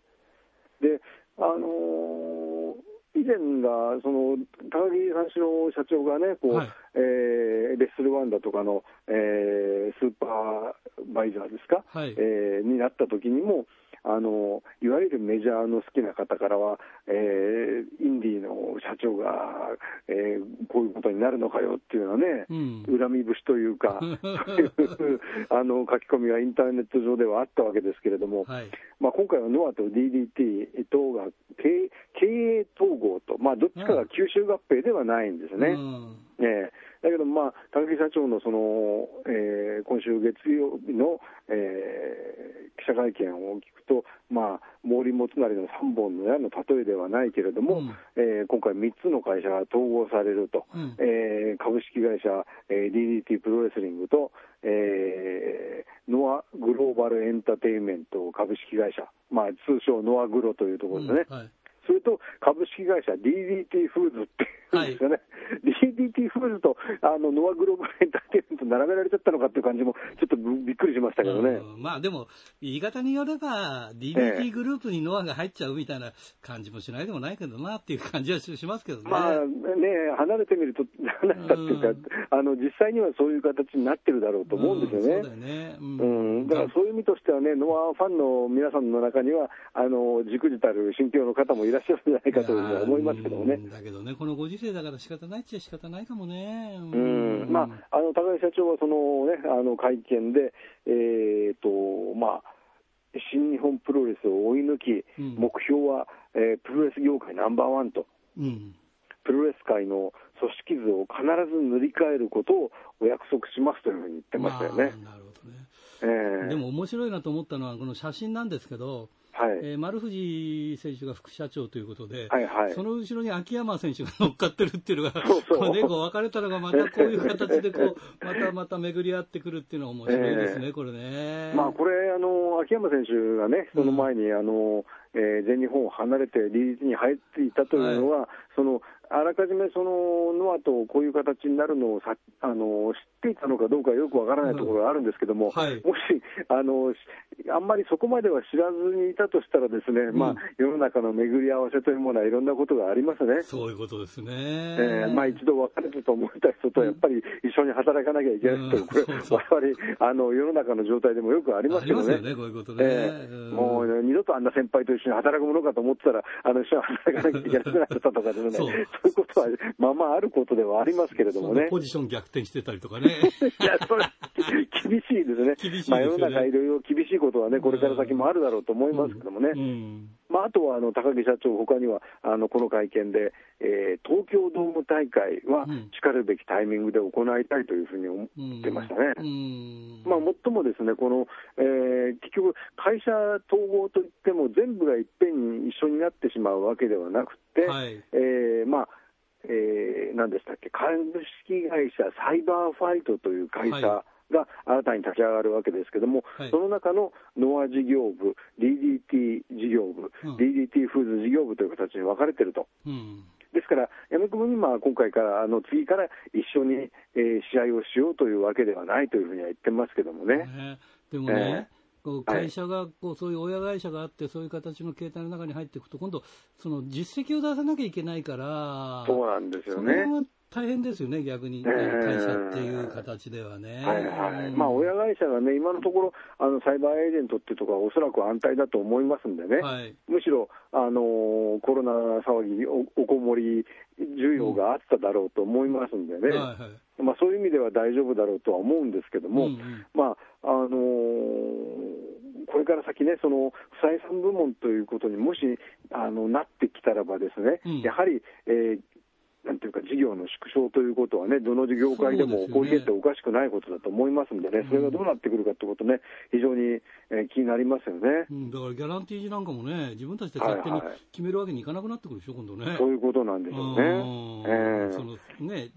[SPEAKER 3] で、あのー以前が、その、高木三四郎社長がね、こう、
[SPEAKER 1] はい
[SPEAKER 3] えーレッスルワンダとかの、えースーパーバイザーですか、
[SPEAKER 1] はい
[SPEAKER 3] えーになった時にも、あのいわゆるメジャーの好きな方からは、えーインディーの社長が、えーこういうことになるのかよっていうのはね、
[SPEAKER 1] うん
[SPEAKER 3] 恨み節というか、そういうあの書き込みがインターネット上ではあったわけですけれども、
[SPEAKER 1] はい。
[SPEAKER 3] まあ、今回はノアと DDT 等が経経営統合と、まあ、どっちかが吸収合併ではないんですね。
[SPEAKER 1] うん
[SPEAKER 3] ええだけど、まあ、高木社長のその、えー今週月曜日の、えー記者会見を聞くと、まあ、毛利元就の3本の矢の例えではないけれども、
[SPEAKER 1] うん
[SPEAKER 3] えー今回3つの会社が統合されると、
[SPEAKER 1] うん
[SPEAKER 3] えー株式会社、えー DDT プロレスリングと、えーノアグローバルエンターテインメント株式会社、まあ、通称ノアグロというところですね。
[SPEAKER 1] うんはい
[SPEAKER 3] それと株式会社 DDT フーズっていうんですよね、 CDT フーズとあのノアグローバルエンターテインメント並べられちゃったのかっていう感じも、ちょっとびっくりしましたけどね。
[SPEAKER 1] うんまあでも、言い方によれば、
[SPEAKER 3] え
[SPEAKER 1] DBT
[SPEAKER 3] え
[SPEAKER 1] グループにノアが入っちゃうみたいな感じもしないでもないけどなっていう感じはししますけどね。
[SPEAKER 3] まあね、離れてみると、離れたっていう
[SPEAKER 1] う
[SPEAKER 3] か、
[SPEAKER 1] ん
[SPEAKER 3] あの実際にはそういう形になってるだろうと思うんですよね。
[SPEAKER 1] んそうだよね。う
[SPEAKER 3] うん、だからそういう意味としてはね、ノアファンの皆さんの中には、あの、じくじたる心境の方もいらっしゃるんじゃないかというふうには思いますけどもね
[SPEAKER 1] う。んだけどね、このご時世だから仕方ないっちゃ仕方ないかもね。う
[SPEAKER 3] うん、まあ、あの、高井社長はそのね、あの、会見で、えーと、まあ、新日本プロレスを追い抜き、
[SPEAKER 1] うん
[SPEAKER 3] 目標は、えープロレス業界ナンバーワンと、
[SPEAKER 1] うん。
[SPEAKER 3] プロレス界の組織図を必ず塗り替えることをお約束しますというふうに言ってましたよね。
[SPEAKER 1] まあなるほどね。
[SPEAKER 3] ええ
[SPEAKER 1] でも面白いなと思ったのは、この写真なんですけど、
[SPEAKER 3] はい。
[SPEAKER 1] えー丸藤選手が副社長ということで、
[SPEAKER 3] はいはい
[SPEAKER 1] その後ろに秋山選手が乗っかってるっていうのが、
[SPEAKER 3] そうそう
[SPEAKER 1] これねこう分かれたのがまたこういう形でこう、またまた巡り合ってくるっていうのは面白いですね、これね。
[SPEAKER 3] まあ、これあの、秋山選手がね、その前に、あのえー全日本を離れて、リリースに入っていたというのは、そのあらかじめそのノアとこういう形になるのをさあの知っていたのかどうかよくわからないところがあるんですけども、
[SPEAKER 1] はい
[SPEAKER 3] もしあのしあんまりそこまでは知らずにいたとしたら、ですね、まあ、世の中の巡り合わせというものはいろんなことがありますね。
[SPEAKER 1] そういうことですね。
[SPEAKER 3] えーまあ、一度別れてと思った人とやっぱり一緒に働かなきゃいけない人、
[SPEAKER 1] うん
[SPEAKER 3] これ、
[SPEAKER 1] そうそう
[SPEAKER 3] 我々あの世の中の状態でもよくあり
[SPEAKER 1] あ
[SPEAKER 3] ますけ
[SPEAKER 1] り
[SPEAKER 3] ど
[SPEAKER 1] ます
[SPEAKER 3] ね
[SPEAKER 1] よ。ね、こういうことね。
[SPEAKER 3] ええ
[SPEAKER 1] うん
[SPEAKER 3] もう二度とあんな先輩と一緒に働くものかと思ってたら、あの一緒に働かなきゃいけなくなったとかですね、
[SPEAKER 1] そ
[SPEAKER 3] そうういうことはまあまああることではありますけれども
[SPEAKER 1] そ
[SPEAKER 3] ね
[SPEAKER 1] の。ポジション逆転してたりとかね。
[SPEAKER 3] いや、それ、厳しいですね。
[SPEAKER 1] 厳しいですよね
[SPEAKER 3] まあ世の中いろいろ厳しいことはね、これから先もあるだろうと思いますけどもね。
[SPEAKER 1] うん。
[SPEAKER 3] まあ、あとはあの高木社長、他にはあのこの会見で、えー東京ドーム大会は
[SPEAKER 1] うん
[SPEAKER 3] しかるべきタイミングで行いたいというふうに思
[SPEAKER 1] うん
[SPEAKER 3] ってましたね。
[SPEAKER 1] うん。
[SPEAKER 3] まあ、もっともですね、この、えー結局、会社統合といっても、全部がいっぺんに一緒になってしまうわけではなくて、
[SPEAKER 1] はい
[SPEAKER 3] えーまあ、えー何でしたっけ、株式会社サイバーファイトという会社
[SPEAKER 1] は
[SPEAKER 3] が新たに立ち上がるわけですけども、
[SPEAKER 1] はい
[SPEAKER 3] その中のノア事業部、DDT 事業部、
[SPEAKER 1] うん
[SPEAKER 3] DDT フーズ事業部という形に分かれてると。
[SPEAKER 1] うん。
[SPEAKER 3] ですから、山久保にまあ今回から、あの次から一緒に、えー試合をしようというわけではないというふうには言ってますけどもね、
[SPEAKER 1] ねでもね、こう
[SPEAKER 3] はい
[SPEAKER 1] 会社がこう、そういう親会社があって、そういう形の形態の中に入っていくと、今度、その実績を出さなきゃいけないから、
[SPEAKER 3] そうなんですよ
[SPEAKER 1] その辺
[SPEAKER 3] ね。
[SPEAKER 1] は大変ですよね、逆に、
[SPEAKER 3] ええ
[SPEAKER 1] 会社っていう形ではね。
[SPEAKER 3] はいはい
[SPEAKER 1] うん
[SPEAKER 3] まあ、親会社がね、今のところ、あのサイバーエージェントっていうところはおそらく安泰だと思いますんでね、
[SPEAKER 1] はい
[SPEAKER 3] むしろ、あのーコロナ騒ぎお、おこもり需要があっただろうと思いますんでね、
[SPEAKER 1] はいはい
[SPEAKER 3] まあ、そういう意味では大丈夫だろうとは思うんですけども、
[SPEAKER 1] うんうん
[SPEAKER 3] まああのーこれから先ね、その不採算部門ということにもしあのなってきたらば、ですね、
[SPEAKER 1] うん
[SPEAKER 3] やはり、えーなんていうか、事業の縮小ということはね、どの業界でも起
[SPEAKER 1] そ
[SPEAKER 3] こ
[SPEAKER 1] う
[SPEAKER 3] り
[SPEAKER 1] ですよね
[SPEAKER 3] 得ておかしくないことだと思いますんでね、それがどうなってくるかってことね、非常に、えー気になりますよね
[SPEAKER 1] う。んだからギャランティーなんかもね、自分たちで勝手に
[SPEAKER 3] はいはい
[SPEAKER 1] 決めるわけにいかなくなってくるでしょ、今度ね。
[SPEAKER 3] そういうことなんでしょうね。え
[SPEAKER 1] うん
[SPEAKER 3] ー
[SPEAKER 1] そのね、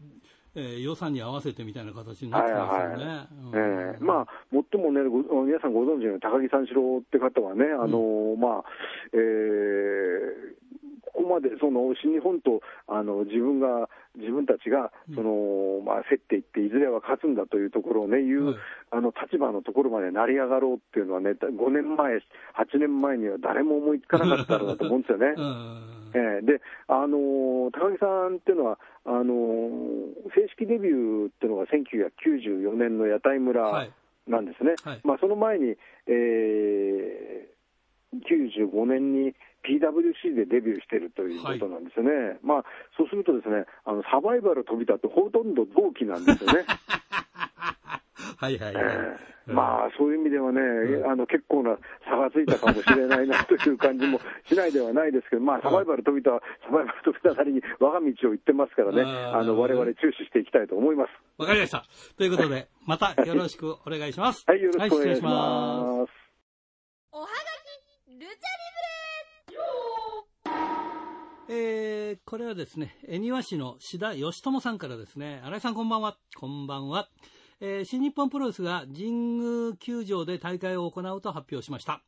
[SPEAKER 1] えー予算に合わせてみたいな形になってますよね。
[SPEAKER 3] ええ
[SPEAKER 1] うん
[SPEAKER 3] まあ、もっともね、ご皆さんご存知のように高木三四郎って方はね、あのまあえーここまでその新日本とあの自分が、自分たちがその、まあ、競っていって、いずれは勝つんだというところをね、言う、
[SPEAKER 1] はい
[SPEAKER 3] あの立場のところまで成り上がろうっていうのはね、5年前、8年前には誰も思いつかなかったろうなと思うんですよ ね。
[SPEAKER 1] うん
[SPEAKER 3] ええで、あのー高木さんっていうのはあのー正式デビューっていうのが1994年の屋台
[SPEAKER 1] は
[SPEAKER 3] 村
[SPEAKER 1] い
[SPEAKER 3] なんですね、
[SPEAKER 1] はい
[SPEAKER 3] まあ、その前に、えー95年に PWC でデビューしてるということなんですよね、まあ、そうするとですねあのサバイバル飛び立ってほとんど同期なんです よね。
[SPEAKER 1] はいはいはい。
[SPEAKER 3] えーまあそういう意味ではね、
[SPEAKER 1] うん
[SPEAKER 3] あの結構な差がついたかもしれないなという感じもしないではないですけど、まあ、サバイバル飛びた、サバイバル飛びたなりに我が道を行ってますからね、
[SPEAKER 1] あー
[SPEAKER 3] あの我々、注視していきたいと思います。
[SPEAKER 1] わかりました。ということで、またよろしくお願いします。
[SPEAKER 3] はい、よろしくお願
[SPEAKER 1] は失礼
[SPEAKER 3] いし
[SPEAKER 1] します。
[SPEAKER 3] ます。
[SPEAKER 5] おはがきルチャリブレ
[SPEAKER 1] えー、これはですね、恵庭市の志田義友さんからですね、新井さんこんばんは。こんばんは。えー新日本プロレスが神宮球場で大会を行うと発表しました。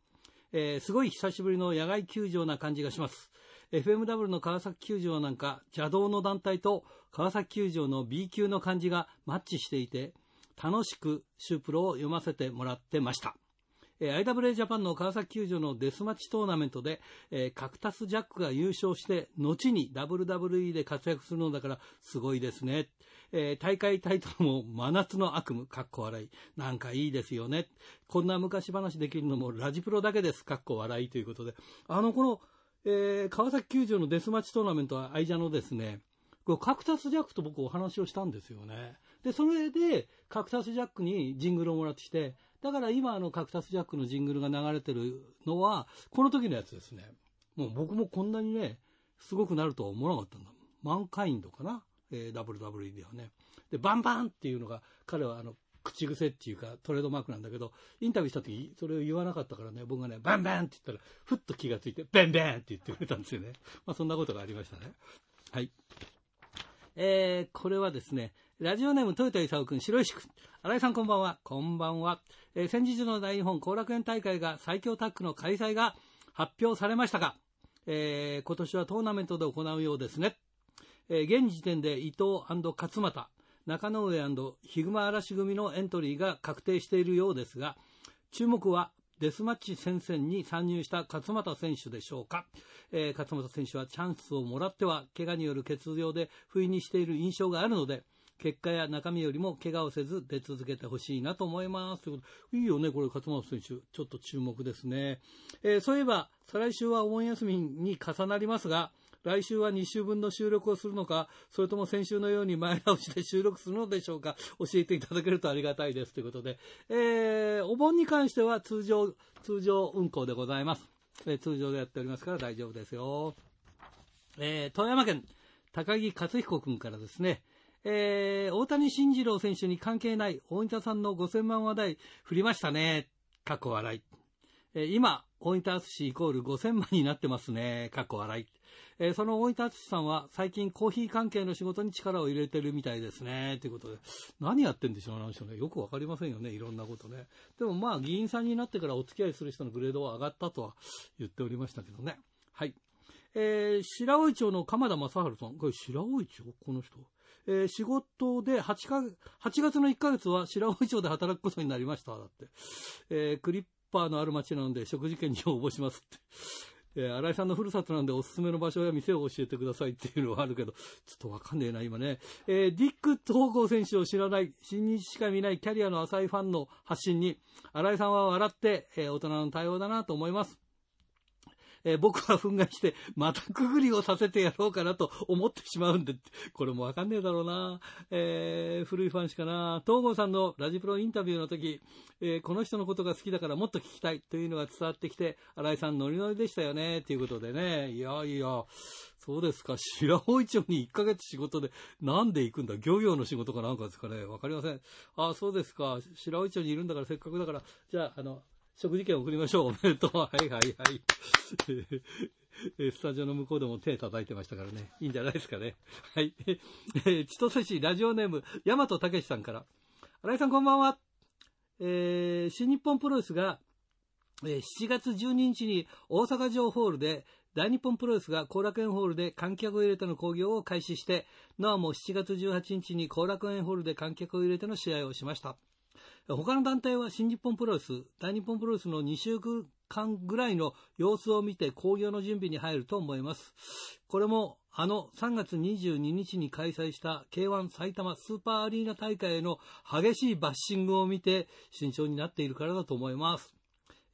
[SPEAKER 1] えーすごい久しぶりの野外球場な感じがします。え FMW の川崎球場なんか邪道の団体と川崎球場の B 級の漢字がマッチしていて楽しくシュープロを読ませてもらってました。えー IWA ジャパンの川崎球場のデスマッチトーナメントで、えーカクタス・ジャックが優勝して、後に WWE で活躍するのだからすごいですね。えー大会タイトルも真夏の悪夢、かっこ笑い。なんかいいですよね。こんな昔話できるのもラジプロだけです、かっこ笑いということで。あの、この、えー川崎球場のデスマッチトーナメントはアイジャのですね、これカクタス・ジャックと僕お話をしたんですよね。で、それで、カクタス・ジャックにジングルをもらってきて、だから今あのカクタス・ジャックのジングルが流れてるのは、この時のやつですね。もう僕もこんなにね、すごくなるとは思わなかったんだ。マンカインドかな、えー WWE ではね。で、バンバンっていうのが、彼はあの、口癖っていうか、トレードマークなんだけど、インタビューした時、それを言わなかったからね、僕がね、バンバンって言ったら、ふっと気がついて、ベンベンって言ってくれたんですよね。まあそんなことがありましたね。はい。えーこれはですね、ラジオネーム豊田勲君、白石君。新井さんこんばんは。こんばんは。えー先日の大日本後楽園大会が最強タッグの開催が発表されましたが、えー今年はトーナメントで行うようですね。えー現時点で伊藤勝俣、中野上ヒグマ嵐組のエントリーが確定しているようですが、注目はデスマッチ戦線に参入した勝俣選手でしょうか、えー勝俣選手はチャンスをもらっては怪我による欠場で不意にしている印象があるので結果や中身よりも怪我をせず出続けてほしいなと思いますということいいよね、これ勝俣選手ちょっと注目ですね、えーそういえば再来週はお盆休みに重なりますが来週は2週分の収録をするのか、それとも先週のように前倒しで収録するのでしょうか、教えていただけるとありがたいですということで、えーお盆に関しては通常、通常運行でございます。えー通常でやっておりますから大丈夫ですよ。えー富山県、高木克彦君からですね、えー大谷慎二郎選手に関係ない大仁田さんの5000万話題振りましたね。過去笑い。えー今、大仁田淳イコール5000万になってますね。過去笑い。えーその大分敦さんは最近コーヒー関係の仕事に力を入れてるみたいですね。ということで、何やってんでしょうね、あの人ね。よくわかりませんよね、いろんなことね。でもまあ、議員さんになってからお付き合いする人のグレードは上がったとは言っておりましたけどね。はい。えー白老町の鎌田正治さん。これ白老町この人。えー仕事で8か、8月の1ヶ月は白老町で働くことになりました。だって。えークリッパーのある町なので食事券に応募しますって。えー新井さんのふるさとなんでおすすめの場所や店を教えてくださいっていうのはあるけど、ちょっとわかんねえな、今ね。えーディック東郷選手を知らない、新日しか見ないキャリアの浅いファンの発信に、新井さんは笑って、えー大人の対応だなと思います。えー僕は憤慨して、またくぐりをさせてやろうかなと思ってしまうんで、これもわかんねえだろうな。えー古いファンしかな。東郷さんのラジプロインタビューの時、えーこの人のことが好きだからもっと聞きたいというのが伝わってきて、新井さんノリノリでしたよね、ということでね。いやいや、そうですか。白老町に1ヶ月仕事で、なんで行くんだ漁業の仕事かなんかですかね。わかりません。ああ、そうですか。白老町にいるんだからせっかくだから、じゃあ、あの、食事券送りましょう。おめでとう。はいはいはい。えースタジオの向こうでも手叩いてましたからね。いいんじゃないですかね。はい。えー千歳市ラジオネーム、大和武さんから。新井さんこんばんは。えー新日本プロレスが、えー7月12日に大阪城ホールで、大日本プロレスが後楽園ホールで観客を入れての興行を開始して、なおも7月18日に後楽園ホールで観客を入れての試合をしました。他の団体は新日本プロレス、大日本プロレスの2週間ぐらいの様子を見て興行の準備に入ると思います。これもあの3月22日に開催した K1 埼玉スーパーアリーナ大会への激しいバッシングを見て慎重になっているからだと思います。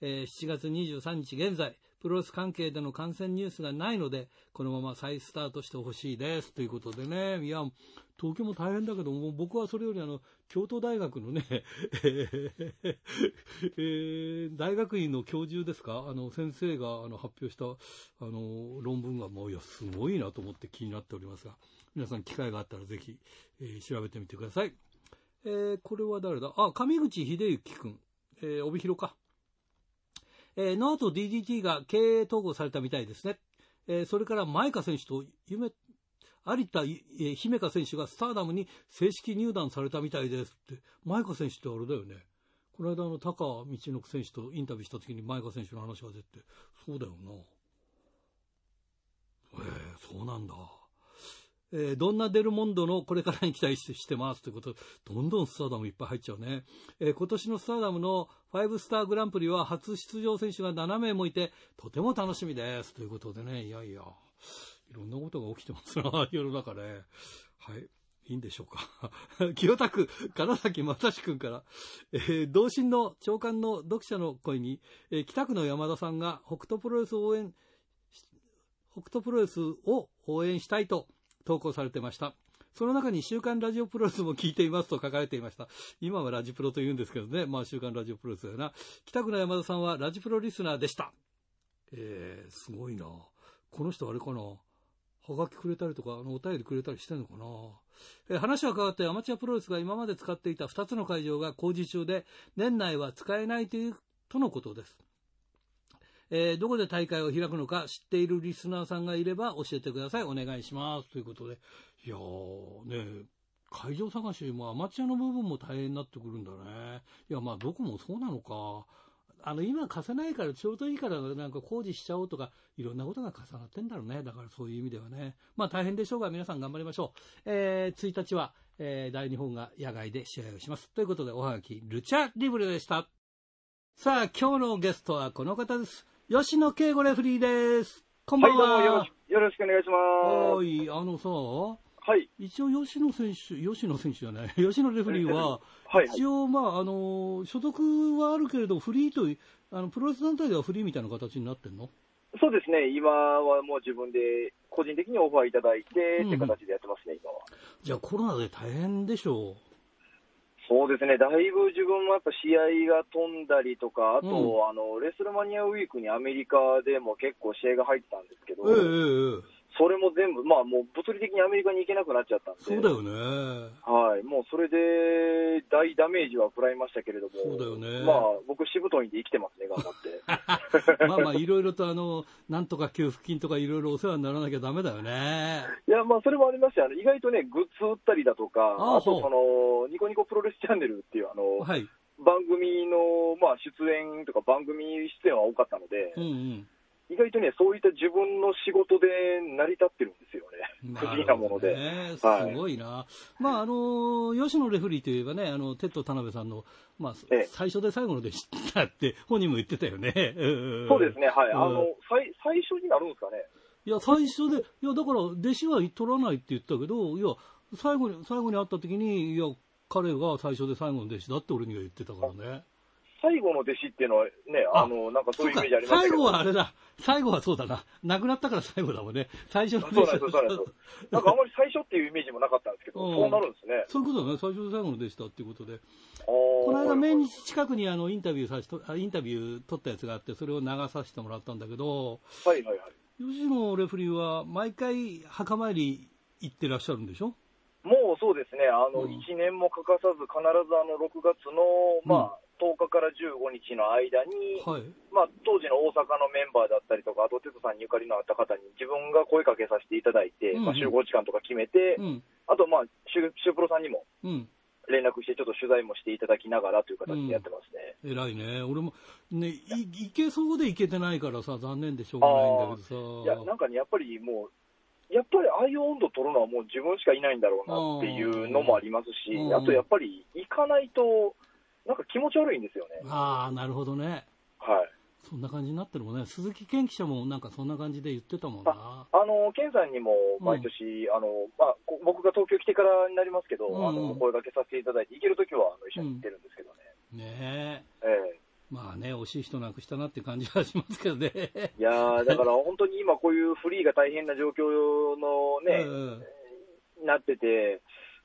[SPEAKER 1] えー7月23日現在、プロレス関係での感染ニュースがないので、このまま再スタートしてほしいです。ということでね、いや、東京も大変だけども、僕はそれよりあの、京都大学のね、 えーえー大学院の教授ですかあの、先生があの発表した、あの、論文がもう、いや、すごいなと思って気になっておりますが、皆さん機会があったらぜひ、えー調べてみてください。えーこれは誰だあ、上口秀幸くん。えー帯広か。えー、ノアと DDT が経営統合されたみたいですね。えーそれから、前川選手と夢、有田いえー姫香選手がスターダムに正式入団されたみたいですって。前川選手ってあれだよね。この間、あの、高道之選手とインタビューした時に前川選手の話が出て、そうだよな。ええそうなんだ。えーどんなデルモンドのこれからに期待してしてますということで、どんどんスターダムいっぱい入っちゃうね。えー今年のスターダムの5スターグランプリは初出場選手が7名もいて、とても楽しみです。ということでね、いやいや、いろんなことが起きてます な、世の中ね。はい。いいんでしょうか。 清田区、金崎正志君から、えー同心の長官の読者の声に、えー北区の山田さんが北斗プロレスを応援し、北斗プロレスを応援したいと投稿されてました。その中に週刊ラジオプロレスも聞いていますと書かれていました。今はラジプロと言うんですけどね。まあ週刊ラジオプロレスだよな。北区の山田さんはラジプロリスナーでした。えー、すごいな。この人あれかな。はがきくれたりとか、あの、お便りくれたりしてんのかな。えー話は変わってアマチュアプロレスが今まで使っていた2つの会場が工事中で、年内は使えないという、とのことです。えーどこで大会を開くのか知っているリスナーさんがいれば教えてください。お願いします。ということで。いやー、ね会場探しもアマチュアの部分も大変になってくるんだね。いや、まあ、どこもそうなのか。あの、今貸せないからちょうどいいからなんか工事しちゃおうとか、いろんなことが重なってんだろうね。だからそういう意味ではね。まあ大変でしょうが皆さん頑張りましょう。えー、1日は、えー、大日本が野外で試合をします。ということで、おはがき、ルチャリブレでした。さあ、今日のゲストはこの方です。吉野敬吾レフリーです。こんば
[SPEAKER 6] はい、
[SPEAKER 1] ん
[SPEAKER 6] ど
[SPEAKER 1] は。
[SPEAKER 6] うもよろしよろしくお願いしま
[SPEAKER 1] はーい、あのさ、
[SPEAKER 6] す。はい、
[SPEAKER 1] 一応吉野選手、吉野選手じゃない、 吉野レフリーは、
[SPEAKER 6] はい、はい
[SPEAKER 1] 一応、まあ、あの、所属はあるけれど、フリーとい、あの、プロレス団体ではフリーみたいな形になってんの
[SPEAKER 6] そうですね、今はもう自分で、個人的にオファーいただいて、
[SPEAKER 1] うん
[SPEAKER 6] って形でやってますね、今は。
[SPEAKER 1] じゃあコロナで大変でしょ
[SPEAKER 6] そうですね、だいぶ自分もやっぱ試合が飛んだりとか、あと、
[SPEAKER 1] うん
[SPEAKER 6] あのレスルマニアウィークにアメリカでも結構試合が入ってたんですけど、
[SPEAKER 1] う。ええええ
[SPEAKER 6] それも全部、まあもう物理的にアメリカに行けなくなっちゃったんで、
[SPEAKER 1] そうだよね。
[SPEAKER 6] はい、もうそれで大ダメージは食らいましたけれども、
[SPEAKER 1] そうだよね
[SPEAKER 6] まあ僕、しぶといんで生きてますね、頑張 って。
[SPEAKER 1] まあまあ、いろいろとあの、なんとか給付金とかいろいろお世話にならなきゃダメだよね。
[SPEAKER 6] いや、まあ、それもありまして、あの意外とね、グッズ売ったりだとか、
[SPEAKER 1] あ
[SPEAKER 6] あ
[SPEAKER 1] そ
[SPEAKER 6] と
[SPEAKER 1] う
[SPEAKER 6] その、ニコニコプロレスチャンネルっていう、あの、
[SPEAKER 1] はい。
[SPEAKER 6] 番組の、まあ、出演とか番組出演は多かったので
[SPEAKER 1] う、ん
[SPEAKER 6] 意外とね、そういった自分の仕事で成り立ってるんですよ
[SPEAKER 1] う
[SPEAKER 6] ね。
[SPEAKER 1] ん。
[SPEAKER 6] 不思議なもので。
[SPEAKER 1] ね、す
[SPEAKER 6] はい
[SPEAKER 1] ごいな、まああの吉野レフリーといえばね、あのテッド田辺さんの、まあ、
[SPEAKER 6] ええ
[SPEAKER 1] 最初で最後ので知ったって、本人も言ってたよね、
[SPEAKER 6] そうですね、はい。
[SPEAKER 1] うん
[SPEAKER 6] あの、最、最初になるんですかね。
[SPEAKER 1] いや、最初で、いや、だから、弟子は取らないって言ったけど、いや、最後に、最後に会った時に、いや、彼が最初で最後の弟子だって俺には言ってたからね。
[SPEAKER 6] 最後の弟子っていうのはね、
[SPEAKER 1] あ
[SPEAKER 6] あの、なんかそういうイメージありました
[SPEAKER 1] 最
[SPEAKER 6] けど。
[SPEAKER 1] 後はあれだ。最後はそうだな。亡くなったから最後だもんね。最初の
[SPEAKER 6] そう
[SPEAKER 1] 弟
[SPEAKER 6] なん
[SPEAKER 1] 子
[SPEAKER 6] ですよ、そうなんですよ。なんかあまり最初っていうイメージもなかったんですけど、
[SPEAKER 1] うん
[SPEAKER 6] そうなるんですね。
[SPEAKER 1] そういうことだね。最初で最後の弟子だっていうことで。こ
[SPEAKER 6] こ
[SPEAKER 1] の間、命日近くにあの、インタビューさしと、あインタビュー撮ったやつがあって、それを流させてもらったんだけど、
[SPEAKER 6] はいはいはい。
[SPEAKER 1] 吉野レフェリーは毎回墓参り行ってらっしゃるんでしょ
[SPEAKER 6] もうそうですね、あの
[SPEAKER 1] うん
[SPEAKER 6] 1年も欠かさず、必ずあの6月の、まあ、10日から15日の間に、
[SPEAKER 1] はい。
[SPEAKER 6] まあ、当時の大阪のメンバーだったりとか、あと、テトさんにゆかりのあった方に、自分が声かけさせていただいて、
[SPEAKER 1] うんうん
[SPEAKER 6] まあ、集合時間とか決めて、
[SPEAKER 1] うん。
[SPEAKER 6] あと、まあ、シュシュープロさんにも
[SPEAKER 1] うん。
[SPEAKER 6] 連絡して、ちょっと取材もしていただきながらという形でやってますね。
[SPEAKER 1] 偉いね。俺も、ね、い、いけそうでいけてないからさ、残念でしょうがないんだけど
[SPEAKER 6] いや、
[SPEAKER 1] さ。
[SPEAKER 6] なんかね、やっぱりもう、やっぱりああいう温度取るのはもう自分しかいないんだろうなっていうのもありますし
[SPEAKER 1] うん、
[SPEAKER 6] あとやっぱり行かないと、なんか気持ち悪いんですよね。
[SPEAKER 1] ああ、なるほどね。
[SPEAKER 6] はい。
[SPEAKER 1] そんな感じになってるもんね。鈴木健記者もなんかそんな感じで言ってたもんな。
[SPEAKER 6] あの、ケンさんにも毎年、あの、まあ、こ僕が東京来てからになりますけど、
[SPEAKER 1] うんうん
[SPEAKER 6] あの、お声掛けさせていただいて、行けるときは、あの、一緒に行ってるんですけどね。
[SPEAKER 1] ねえ。
[SPEAKER 6] ええ
[SPEAKER 1] まあね、惜しい人なくしたなって感じはしますけどね。
[SPEAKER 6] いやーだから本当に今こういうフリーが大変な状況の
[SPEAKER 1] う
[SPEAKER 6] ね、
[SPEAKER 1] ん
[SPEAKER 6] なってて、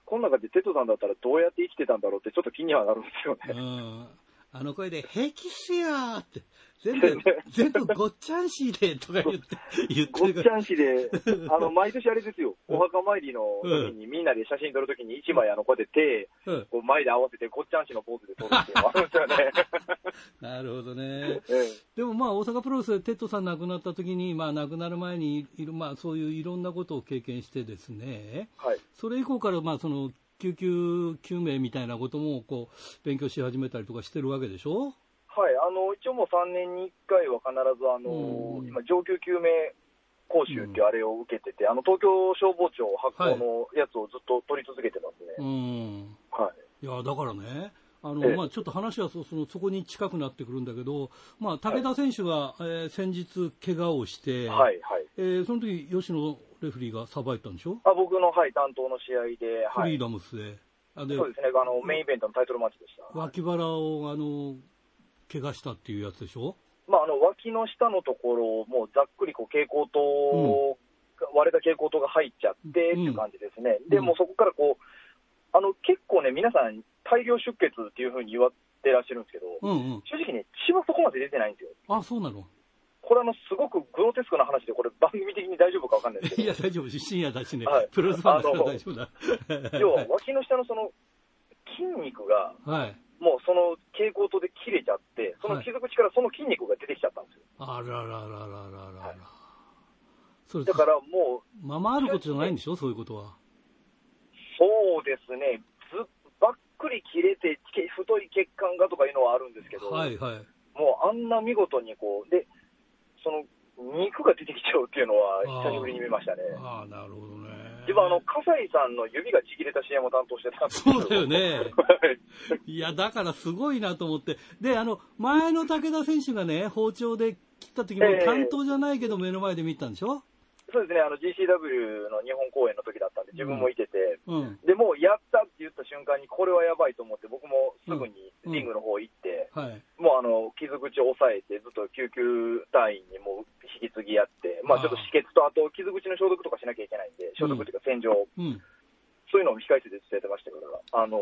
[SPEAKER 6] この中でテトさんだったらどうやって生きてたんだろうってちょっと気にはなるんですよ
[SPEAKER 1] う
[SPEAKER 6] ね。
[SPEAKER 1] ん。あの声で、平気っすよーって、全 部、全部ごっちゃんしでとか言って、言っ
[SPEAKER 6] ご
[SPEAKER 1] て
[SPEAKER 6] っ
[SPEAKER 1] る
[SPEAKER 6] ち
[SPEAKER 1] から。
[SPEAKER 6] ゃん市 で、あの、毎年あれですよ、お墓参りの時にみんなで写真撮るときに一枚あの、こうやって
[SPEAKER 1] うん
[SPEAKER 6] 手、こう前で合わせてごっちゃん市のポーズで撮るっていうのがあるんですよね。
[SPEAKER 1] なるほどね。
[SPEAKER 6] ええ
[SPEAKER 1] でもまあ大阪プロレスでテッドさん亡くなった時に、まあ亡くなる前にいろ、まあそういういろんなことを経験してですね、
[SPEAKER 6] はい。
[SPEAKER 1] それ以降からまあその救急救命みたいなこともこう勉強し始めたりとかしてるわけでしょ
[SPEAKER 6] はい、あの一応もう3年に1回は必ず、あの
[SPEAKER 1] うん
[SPEAKER 6] 今、上級救命講習っていうあれを受けてて、あの東京消防庁発行のやつをずっと取り続けてますね。
[SPEAKER 1] うん。
[SPEAKER 6] はい。
[SPEAKER 1] いや、だからね、あ
[SPEAKER 6] え
[SPEAKER 1] の、
[SPEAKER 6] え
[SPEAKER 1] まあ、ちょっと話はそそのそこに近くなってくるんだけど、まあ、武田選手が、えー先日、怪我をして、
[SPEAKER 6] はい、はい。
[SPEAKER 1] えーその時吉野レフェリーがさばいたんでしょ、
[SPEAKER 6] あ僕の、はい、担当の試合で、
[SPEAKER 1] フ
[SPEAKER 6] は
[SPEAKER 1] リ
[SPEAKER 6] い
[SPEAKER 1] ー。ダムスで。あで
[SPEAKER 6] そうですね、あの、メインイベントのタイトルマッチでした。
[SPEAKER 1] 脇腹を、あの、怪我したっていうやつでしょ
[SPEAKER 6] まあ、あの脇の下のところを、もうざっくりこう蛍光灯が、割れた蛍光灯が入っちゃってっていう感じですね、
[SPEAKER 1] ん
[SPEAKER 6] でもうそこからこうあの結構ね、皆さん、大量出血っていうふうに言わってらっしゃるんですけど、
[SPEAKER 1] うんうん。
[SPEAKER 6] 正直ね、血はそこまで出てないんですよ、
[SPEAKER 1] あ、そうなの
[SPEAKER 6] これ、あのすごくグロテスクな話で、これ、番組的に大丈夫かわかんないです
[SPEAKER 1] い
[SPEAKER 6] け
[SPEAKER 1] や、大丈夫。深夜だしね。
[SPEAKER 6] はい
[SPEAKER 1] プロレスファンだから
[SPEAKER 6] あの
[SPEAKER 1] 大丈夫だ。
[SPEAKER 6] ど、要は脇の下のその筋肉が、
[SPEAKER 1] はい。
[SPEAKER 6] もうその蛍光灯で切れちゃって、その傷口からその筋肉が出てきちゃったんですよ。
[SPEAKER 1] あららららららら
[SPEAKER 6] はい
[SPEAKER 1] それ
[SPEAKER 6] だ、からもう
[SPEAKER 1] ままあることじゃないんでしょそういうことは。
[SPEAKER 6] そうですね、ずばっくり切れて、け太い血管がとかいうのはあるんですけど、
[SPEAKER 1] はいはい。
[SPEAKER 6] もうあんな見事にこう、で、その肉が出てきちゃうっていうのは、
[SPEAKER 1] あー
[SPEAKER 6] 久しぶりに見ましたね。
[SPEAKER 1] ああ、なるほどね。
[SPEAKER 6] でもあの、葛西さんの指がちぎれた試合も担当してたんですけど
[SPEAKER 1] そうだよ。 ね。
[SPEAKER 6] はい
[SPEAKER 1] いや、だからすごいなと思って。で、あの、前の武田選手がね、包丁で切った時も
[SPEAKER 6] ええ
[SPEAKER 1] 担当じゃないけど目の前で見たんでしょ
[SPEAKER 6] そうですね、あの GCW の日本公演の時だったんで、自分もいてて、
[SPEAKER 1] うん。
[SPEAKER 6] でもうやったって言った瞬間に、これはやばいと思って、僕もすぐにリングの方行って、
[SPEAKER 1] はい。
[SPEAKER 6] もうあの傷口を押さえて、ずっと救急隊員にもう引き継ぎやって、まあ、ちょっと止血と、あと傷口の消毒とかしなきゃいけないんで、消毒っていうか、洗浄、
[SPEAKER 1] うん。
[SPEAKER 6] そういうのを控えてて伝えてましたから、あの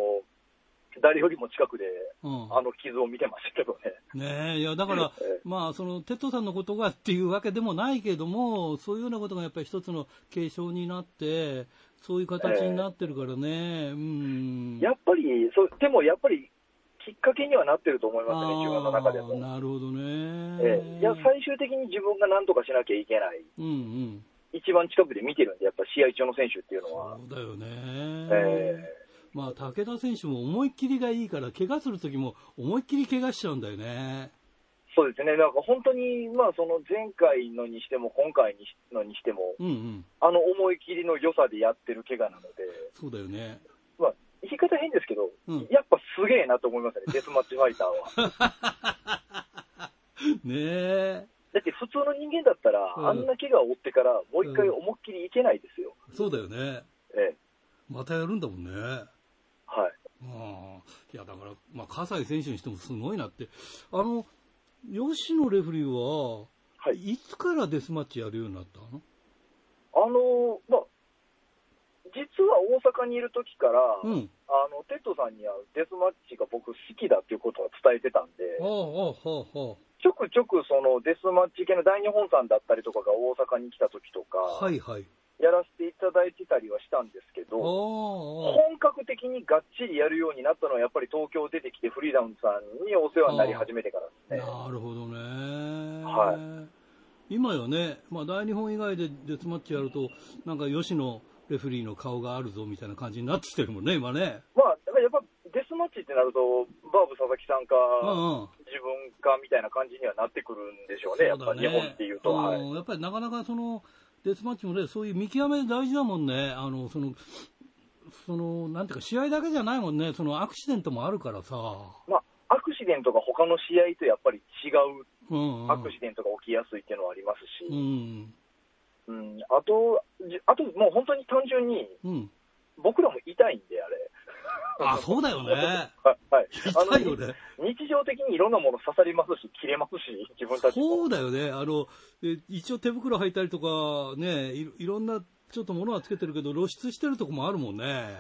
[SPEAKER 6] 誰よりも近くで、
[SPEAKER 1] うん。
[SPEAKER 6] あの傷を見てましたけどね、
[SPEAKER 1] ねえ、いや、だから、
[SPEAKER 6] え
[SPEAKER 1] まあ、その、テッドさんのことがっていうわけでもないけども、そういうようなことがやっぱり一つの継承になって、そういう形になってるからね、うん。
[SPEAKER 6] やっぱりそう、でもやっぱり、きっかけにはなってると思いますね、自分の中で
[SPEAKER 1] あー
[SPEAKER 6] も。
[SPEAKER 1] なるほどね。
[SPEAKER 6] ええいや最終的に自分が何とかしなきゃいけない、
[SPEAKER 1] うんうん。
[SPEAKER 6] 一番近くで見てるんで、やっぱ試合中の選手っていうのは
[SPEAKER 1] そ。うだよね。
[SPEAKER 6] え
[SPEAKER 1] まあ、武田選手も思いっきりがいいから、怪我するときも思いっきり怪我しちゃうんだよね。
[SPEAKER 6] そうですね、なんか本当に、まあ、その前回のにしても、今回にしのにしても、
[SPEAKER 1] うんうん。
[SPEAKER 6] あの思い切りの良さでやってる怪我なので、
[SPEAKER 1] そうだよね。
[SPEAKER 6] まあ、言い方変ですけど、
[SPEAKER 1] うん
[SPEAKER 6] やっぱすげえなと思い ますね、デスマッチファイターは。
[SPEAKER 1] ねえ。
[SPEAKER 6] だって普通の人間だったら、
[SPEAKER 1] うん
[SPEAKER 6] あんな怪我を負ってから、もう一回
[SPEAKER 1] うん
[SPEAKER 6] 思いっきりいけないですよ。
[SPEAKER 1] そうだよね。
[SPEAKER 6] ええ
[SPEAKER 1] またやるんだもんね。
[SPEAKER 6] はい、
[SPEAKER 1] あいや、だから、まあ、葛西選手にしてもすごいなって。あの、吉野レフェリーは、
[SPEAKER 6] はい
[SPEAKER 1] いつからデスマッチやるようになったの
[SPEAKER 6] あのまあ、実は大阪にいる時から、
[SPEAKER 1] うん。
[SPEAKER 6] あのテッドさんにはデスマッチが僕、好きだということは伝えてたんで。
[SPEAKER 1] ああ、ああ、は
[SPEAKER 6] ちょくちょくそのデスマッチ系の大日本さんだったりとかが大阪に来た時とか、
[SPEAKER 1] あ、はあ。はいはい。
[SPEAKER 6] やらせていただいてたりはしたんですけ
[SPEAKER 1] ああ、あ
[SPEAKER 6] ど、
[SPEAKER 1] あ。
[SPEAKER 6] 本格的にがっちりやるようになったのは、やっぱり東京出てきて、フリーダウンさんにお世話になり始めてからですね。
[SPEAKER 1] なるほどね。。
[SPEAKER 6] はい
[SPEAKER 1] 今よね、まあ、大日本以外でデスマッチやると、なんか吉野レフェリーの顔があるぞみたいな感じになってきてるもんね、今ね。
[SPEAKER 6] まあ、だからやっぱデスマッチってなると、バーブ佐々木さんか、
[SPEAKER 1] うんうん。
[SPEAKER 6] 自分かみたいな感じにはなってくるんでしょうね、や
[SPEAKER 1] そう
[SPEAKER 6] っぱ
[SPEAKER 1] だ
[SPEAKER 6] 日本っていうと。はい
[SPEAKER 1] うんやっぱりなかなかそのデスマッチもね、そういう見極め大事だもんね。あの、その、その、なんていうか、試合だけじゃないもんね。そのアクシデントもあるからさ。
[SPEAKER 6] まあ、アクシデントが他の試合とやっぱり違う、
[SPEAKER 1] うん、うん。
[SPEAKER 6] アクシデントが起きやすいっていうのはありますし。
[SPEAKER 1] うん。
[SPEAKER 6] うん、あと、じあともう本当に単純に、
[SPEAKER 1] うん。
[SPEAKER 6] 僕らも痛いんで、あれ。
[SPEAKER 1] あ、そうだよね。
[SPEAKER 6] はいはい。
[SPEAKER 1] 痛いよね。
[SPEAKER 6] あの日常的にいろんなもの刺さりますし、切れますし、自分たち
[SPEAKER 1] そ
[SPEAKER 6] も。
[SPEAKER 1] うだよね。あの、え一応手袋履いたりとか、ね、いいろんな、ちょっと物はつけてるけど、露出してるとこもあるもんね。
[SPEAKER 6] はい。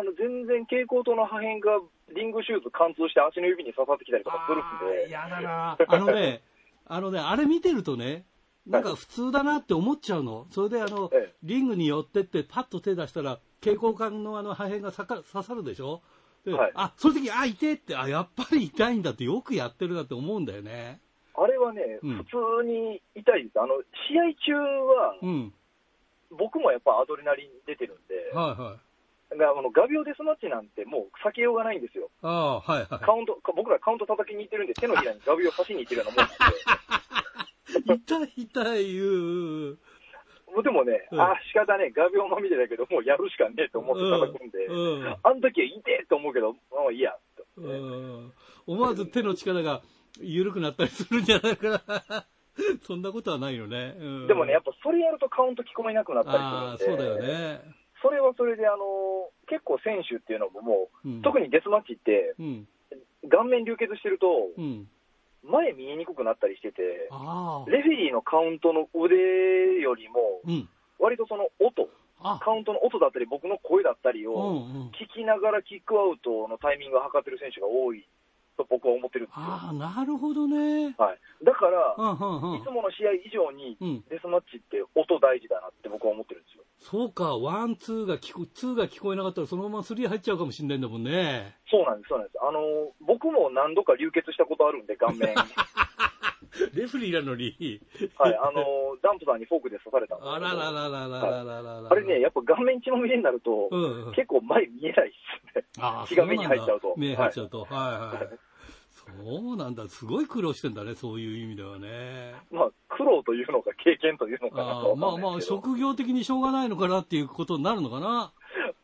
[SPEAKER 6] あの、全然蛍光灯の破片が、リングシューズ貫通して足の指に刺さってきたりとかするんで、
[SPEAKER 1] 嫌だな。あのね、あのね、あれ見てるとね、なんか普通だなって思っちゃうの。それであの
[SPEAKER 6] ええ、
[SPEAKER 1] リングに寄ってって、パッと手出したら、蛍光管のあの破片がさか刺さるでしょで、
[SPEAKER 6] はい
[SPEAKER 1] あ、その時、あ、痛えって、あ、やっぱり痛いんだって、よくやってるなって思うんだよね。
[SPEAKER 6] あれはね、
[SPEAKER 1] うん
[SPEAKER 6] 普通に痛いです。あの、試合中は、
[SPEAKER 1] うん。
[SPEAKER 6] 僕もやっぱアドレナリン出てるんで、
[SPEAKER 1] はいはい。
[SPEAKER 6] があの画鋲デスマッチなんてもう避けようがないんですよ。
[SPEAKER 1] ああ、はいはい。
[SPEAKER 6] カウント、か僕らカウント叩きに行ってるんで、手のひらに画鋲を刺しに行ってるようなもんなんで。
[SPEAKER 1] 痛い痛い、いう。
[SPEAKER 6] もうでもね、
[SPEAKER 1] うん
[SPEAKER 6] あ仕方ねえ、画鋲まみれだけど、もうやるしかねえと思って叩くんで、
[SPEAKER 1] うん
[SPEAKER 6] あの時は痛えと思うけど、もういいや、と
[SPEAKER 1] う
[SPEAKER 6] 思って
[SPEAKER 1] ん思わず手の力が緩くなったりするんじゃないかな。 そんなことはないよね。うん
[SPEAKER 6] でもね、やっぱそれやるとカウント聞こえなくなった
[SPEAKER 1] あ
[SPEAKER 6] り
[SPEAKER 1] あ、
[SPEAKER 6] する
[SPEAKER 1] そ
[SPEAKER 6] ん
[SPEAKER 1] う
[SPEAKER 6] で、
[SPEAKER 1] だよね。
[SPEAKER 6] それはそれで、あの結構選手っていうのももう、
[SPEAKER 1] うん
[SPEAKER 6] 特にデスマッチって、
[SPEAKER 1] うん。
[SPEAKER 6] 顔面流血してると、
[SPEAKER 1] うん。
[SPEAKER 6] 前見えにくくなったりしてて、
[SPEAKER 1] ああ。
[SPEAKER 6] レフェリーのカウントの腕よりも、
[SPEAKER 1] うん。
[SPEAKER 6] 割とその音、
[SPEAKER 1] あ、
[SPEAKER 6] カウントの音だったり、僕の声だったり
[SPEAKER 1] う
[SPEAKER 6] を、
[SPEAKER 1] んうん。
[SPEAKER 6] 聞きながらキックアウトのタイミングを測ってる選手が多いと僕は思ってるんですよ。
[SPEAKER 1] ああ、なるほどね。
[SPEAKER 6] はい、だか
[SPEAKER 1] う
[SPEAKER 6] ら、
[SPEAKER 1] んうんう
[SPEAKER 6] い
[SPEAKER 1] ん
[SPEAKER 6] つ。もの試合以上に
[SPEAKER 1] うん。
[SPEAKER 6] デスマッチって音大事だなって僕は思ってるんですよ。
[SPEAKER 1] そうか、ワン、ツーが聞こ、ツーが聞こえなかったらそのままスリー入っちゃうかもしれないんだもんね。
[SPEAKER 6] そうなんです、そうなんです。あのー僕も何度か流血したことあるんで、顔 面。はい、
[SPEAKER 1] レフェリーなのに。
[SPEAKER 6] あのーダンプさんにフォークで刺されたんです
[SPEAKER 1] あ
[SPEAKER 6] けど
[SPEAKER 1] ららららららららら。
[SPEAKER 6] あれね、、やっぱ顔面血まみれになると、
[SPEAKER 1] うんうん。
[SPEAKER 6] 結構前見えないですね。
[SPEAKER 1] ああ
[SPEAKER 6] 血が目に入っちゃうと
[SPEAKER 1] そなんだ目に入っちゃうと。はいはい。そうなんだ。すごい苦労してんだね、そういう意味ではね。
[SPEAKER 6] まあ、苦労というのか経験というのかな
[SPEAKER 1] あ
[SPEAKER 6] と
[SPEAKER 1] あまあ
[SPEAKER 6] は
[SPEAKER 1] ま
[SPEAKER 6] 思うん
[SPEAKER 1] あ、
[SPEAKER 6] ですけど。
[SPEAKER 1] 職業的にしょうがないのかなっていうことになるのかな。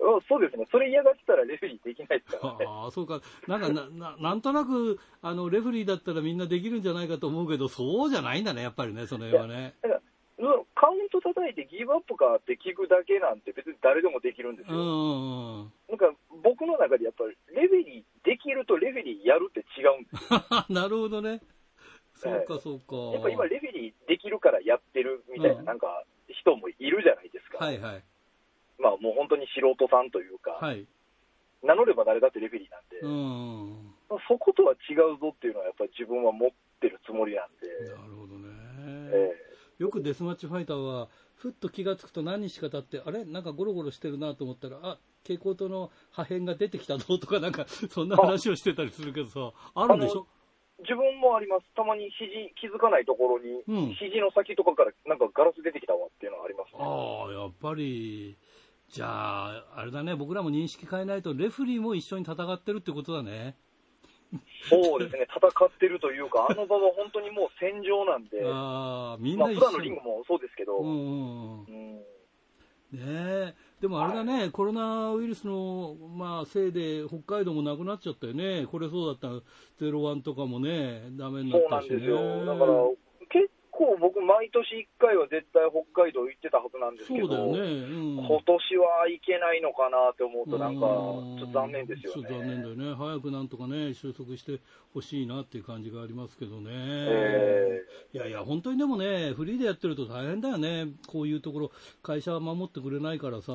[SPEAKER 6] うんそうですね。それ嫌がってたらレフェリーできないですからね。
[SPEAKER 1] ああ、そうか。なんかな、ななんとなく、あの、レフェリーだったらみんなできるんじゃないかと思うけど、そうじゃないんだね、やっぱりね、その辺はね。
[SPEAKER 6] うんカウント叩いてギブアップかって聞くだけなんて別に誰でもできるんです
[SPEAKER 1] うんう
[SPEAKER 6] よ。
[SPEAKER 1] んうん。
[SPEAKER 6] なんか僕の中でやっぱりレフェリーできるとレフェリーやるって違うんです
[SPEAKER 1] なるほどね。そうか、そうか。
[SPEAKER 6] よ。やっぱ今レフェリーできるからやってるみたいな
[SPEAKER 1] うん
[SPEAKER 6] なんか人もいるじゃないですか。
[SPEAKER 1] はいはい。
[SPEAKER 6] まあもう本当に素人さんというか、
[SPEAKER 1] はい。
[SPEAKER 6] 名乗れば誰だってレフェリーなんで
[SPEAKER 1] う、ん。な
[SPEAKER 6] そことは違うぞっていうのはやっぱり自分は持ってるつもりなん
[SPEAKER 1] る
[SPEAKER 6] で、
[SPEAKER 1] ほど
[SPEAKER 6] え
[SPEAKER 1] ね。よくデスマッチファイターは、ふっと気がつくと何日か経って、あれなんかゴロゴロしてるなと思ったら、あ、蛍光灯の破片が出てきたぞとか、なんか、 そんな話をしてたりするけどさ、あるんでしょ
[SPEAKER 6] え自分もあります。たまに肘気づかないところに、
[SPEAKER 1] うん
[SPEAKER 6] 肘の先とかからなんかガラス出てきたわっていうのはありますね。
[SPEAKER 1] ああ、やっぱり。じゃあ、あれだね、僕らも認識変えないと、レフェリーも一緒に戦ってるってことだね。
[SPEAKER 6] そうですね、戦ってるという か、あの場は本当にもう戦場なんで、
[SPEAKER 1] ああ、みん
[SPEAKER 6] まあ
[SPEAKER 1] な一
[SPEAKER 6] 普
[SPEAKER 1] 緒
[SPEAKER 6] 段のリングもそうですけど、
[SPEAKER 1] う
[SPEAKER 6] うん
[SPEAKER 1] んうんうん。
[SPEAKER 6] うん
[SPEAKER 1] ねえ、でもあれだね、コロナウイルスの、まあ、せいで北海道もなくなっちゃったよね、これそうだったゼロワンとかもね、ダメにな
[SPEAKER 6] そ
[SPEAKER 1] っ
[SPEAKER 6] うな
[SPEAKER 1] た
[SPEAKER 6] ん
[SPEAKER 1] し
[SPEAKER 6] で
[SPEAKER 1] ね。
[SPEAKER 6] すよ、だから結構僕、毎年1回は絶対北海道行ってたはずなんです
[SPEAKER 1] そう
[SPEAKER 6] けど、
[SPEAKER 1] だよね、
[SPEAKER 6] 今
[SPEAKER 1] うん。
[SPEAKER 6] 年は行けないのかなって思うと、なんか
[SPEAKER 1] うん、
[SPEAKER 6] ちょっと残念ですよ
[SPEAKER 1] ちょっと残念だ
[SPEAKER 6] ね。
[SPEAKER 1] よね。早くなんとかね、収束してほしいなっていう感じがありますけどね。
[SPEAKER 6] え
[SPEAKER 1] いやいや、本当にでもね、フリーでやってると大変だよね。こういうところ、会社は守ってくれないからさ、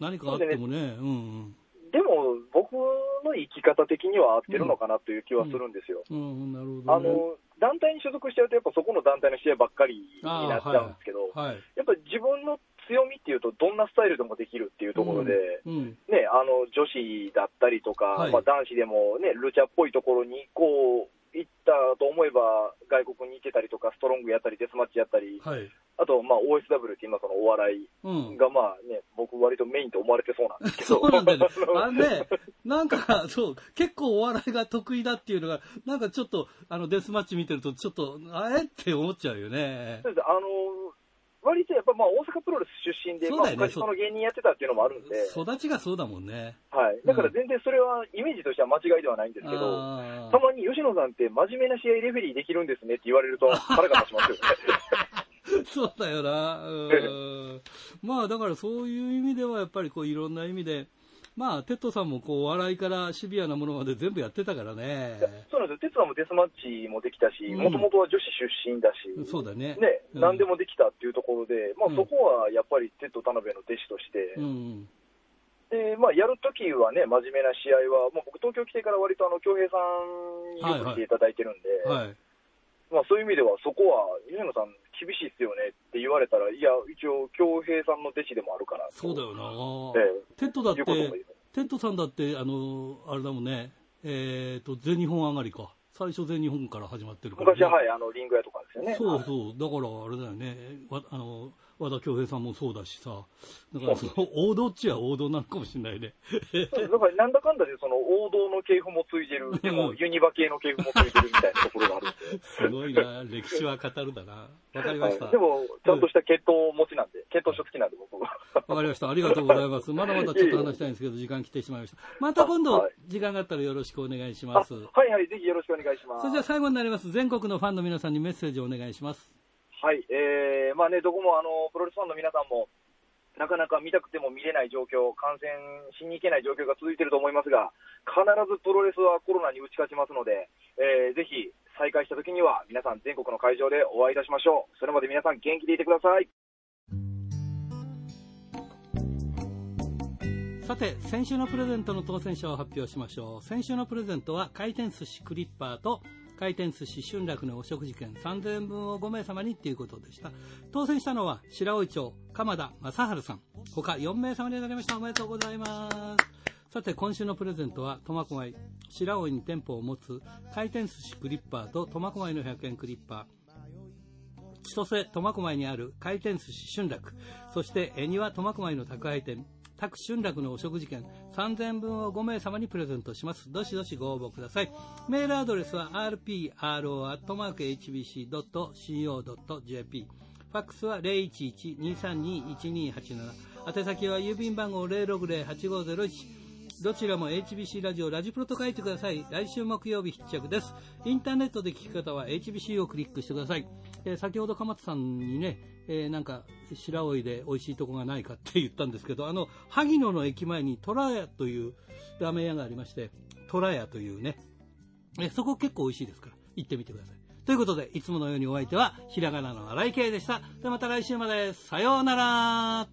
[SPEAKER 1] 何かあってもね、うん
[SPEAKER 6] でも、僕の生き方的には合ってるのかなという気はするんですよ。
[SPEAKER 1] うん。うん、なるほ
[SPEAKER 6] あ
[SPEAKER 1] ど、ね。
[SPEAKER 6] の団体に所属しちゃうと、やっぱそこの団体の試合ばっかりに
[SPEAKER 1] あー
[SPEAKER 6] なっちゃうんですけど、
[SPEAKER 1] はい。
[SPEAKER 6] やっぱり自分の強みっていうと、どんなスタイルでもできるっていうところで、
[SPEAKER 1] うん。
[SPEAKER 6] ね、あの女子だったりとか、
[SPEAKER 1] はい
[SPEAKER 6] まあ、男子でも、ね、ルチャっぽいところにこう行ったと思えば、外国に行けたりとか、ストロングやったり、デスマッチやったり、
[SPEAKER 1] はい。
[SPEAKER 6] あと、まあ、OSW って今、そのお笑い
[SPEAKER 1] うん。
[SPEAKER 6] が、まあね、僕、割とメインと思われてそうなんですけど。
[SPEAKER 1] そうなんだよね。あれね、なんか、そう、結構お笑いが得意だっていうのが、なんかちょっと、あの、デスマッチ見てると、ちょっと、あれって思っちゃうよね。
[SPEAKER 6] そうですあの割とやっぱまあ大阪プロレス出身で、
[SPEAKER 1] そう
[SPEAKER 6] まあ
[SPEAKER 1] だよね
[SPEAKER 6] 昔その芸人やってたっていうのもあるんで、
[SPEAKER 1] 育ちがそうだもんね。
[SPEAKER 6] はい、だから全然それはイメージとしては間違いではないんですけど、
[SPEAKER 1] あ
[SPEAKER 6] たまに吉野さんって真面目な試合レフェリーできるんですねって言われ ると腹が立ちますよね。
[SPEAKER 1] ー そうだよな。うん。まあ、だからそういう意味では、やっぱりこう、いろんな意味で、まあ、テッドさんもこう、お笑いからシビアなものまで全部やってたからね。
[SPEAKER 6] そうなんですよ。哲也もデスマッチもできたし、
[SPEAKER 1] うん
[SPEAKER 6] もともとは女子出身だし、
[SPEAKER 1] そうだね。
[SPEAKER 6] ね、
[SPEAKER 1] うん
[SPEAKER 6] 何でもできたっていうところで、まあ
[SPEAKER 1] うん
[SPEAKER 6] そこはやっぱりテッド田辺の弟子として、
[SPEAKER 1] うん。
[SPEAKER 6] で、まあやるときはね、真面目な試合は、もう僕東京来てから割とあの、京平さんによく来ていただいてるんで、
[SPEAKER 1] はい。
[SPEAKER 6] まあそういう意味ではそこは、吉野さん厳しいっすよねって言われたら、いや、一応京平さんの弟子でもあるから、
[SPEAKER 1] そうだよな。
[SPEAKER 6] ええ
[SPEAKER 1] テッドだって
[SPEAKER 6] いうことも言う、
[SPEAKER 1] テッドさんだって、あの、あれだもんね、えっ、と、全日本上がりか。最初全日本から始まってるから、。
[SPEAKER 6] 昔は、はいい、あの、リング屋とかですよね。
[SPEAKER 1] そうそう。だから、あれだよね。わあの、和田恭平さんもそうだしさ、だからその王道っちは王道なのかもしれないね。
[SPEAKER 6] そうですだからなんだかんだでその王道の系譜もついて る、でもユニバ系の系譜もついてるみたいなところがあるんで。
[SPEAKER 1] すごいな、歴史は語るだな。わかりました。
[SPEAKER 6] はいでも、ちゃんとした血統持ちなんで、血統書好きなんで、僕は。
[SPEAKER 1] わかりました。ありがとうございます。まだまだちょっと話したいんですけど、時間来てしまいました。また今
[SPEAKER 6] あ
[SPEAKER 1] 度
[SPEAKER 6] はい、
[SPEAKER 1] 時間があったらよろしくお願いし
[SPEAKER 6] あ
[SPEAKER 1] ます。
[SPEAKER 6] はいはい、ぜひよろしくお願いします。
[SPEAKER 1] それじゃあ最後になります。全国のファンの皆さんにメッセージをお願いします。
[SPEAKER 6] はい、えー、まあね、どこもあのプロレスファンの皆さんも、なかなか見たくても見れない状況、感染しに行けない状況が続いていると思いますが、必ずプロレスはコロナに打ち勝ちますので、えー、ぜひ再開した時には、皆さん全国の会場でお会いいたしましょう。それまで皆さん元気でいてください。
[SPEAKER 1] さて、先週のプレゼントの当選者を発表しましょう。先週のプレゼントは、回転寿司クリッパーと、回転寿司春楽のお食事券3000円分を5名様にということでした。当選したのは、白老町、鎌田正治さん。他4名様になりました。おめでとうございます。さて、今週のプレゼントは、苫小牧、白老に店舗を持つ、回転寿司クリッパーと苫小牧の100円クリッパー。千歳苫小牧にある回転寿司春楽そして恵庭苫小牧の宅配店宅春楽のお食事券3000円分を5名様にプレゼントしますどしどしご応募くださいメールアドレスは rpro.hbc.co.jp ファックスは011-232-1287宛先は郵便番号060-8501どちらも HBC ラジオラジプロと書いてください。来週木曜日必着です。インターネットで聞く方は HBC をクリックしてください。えー先ほど鎌田さんにね、えーなんか白老で美味しいとこがないかって言ったんですけど、あの、萩野の駅前に虎屋というラーメン屋がありまして、虎屋というね、えそこ結構美味しいですから、行ってみてください。ということで、いつものようにお相手は、ひらがなの荒井圭でした。ではまた来週まで、さようなら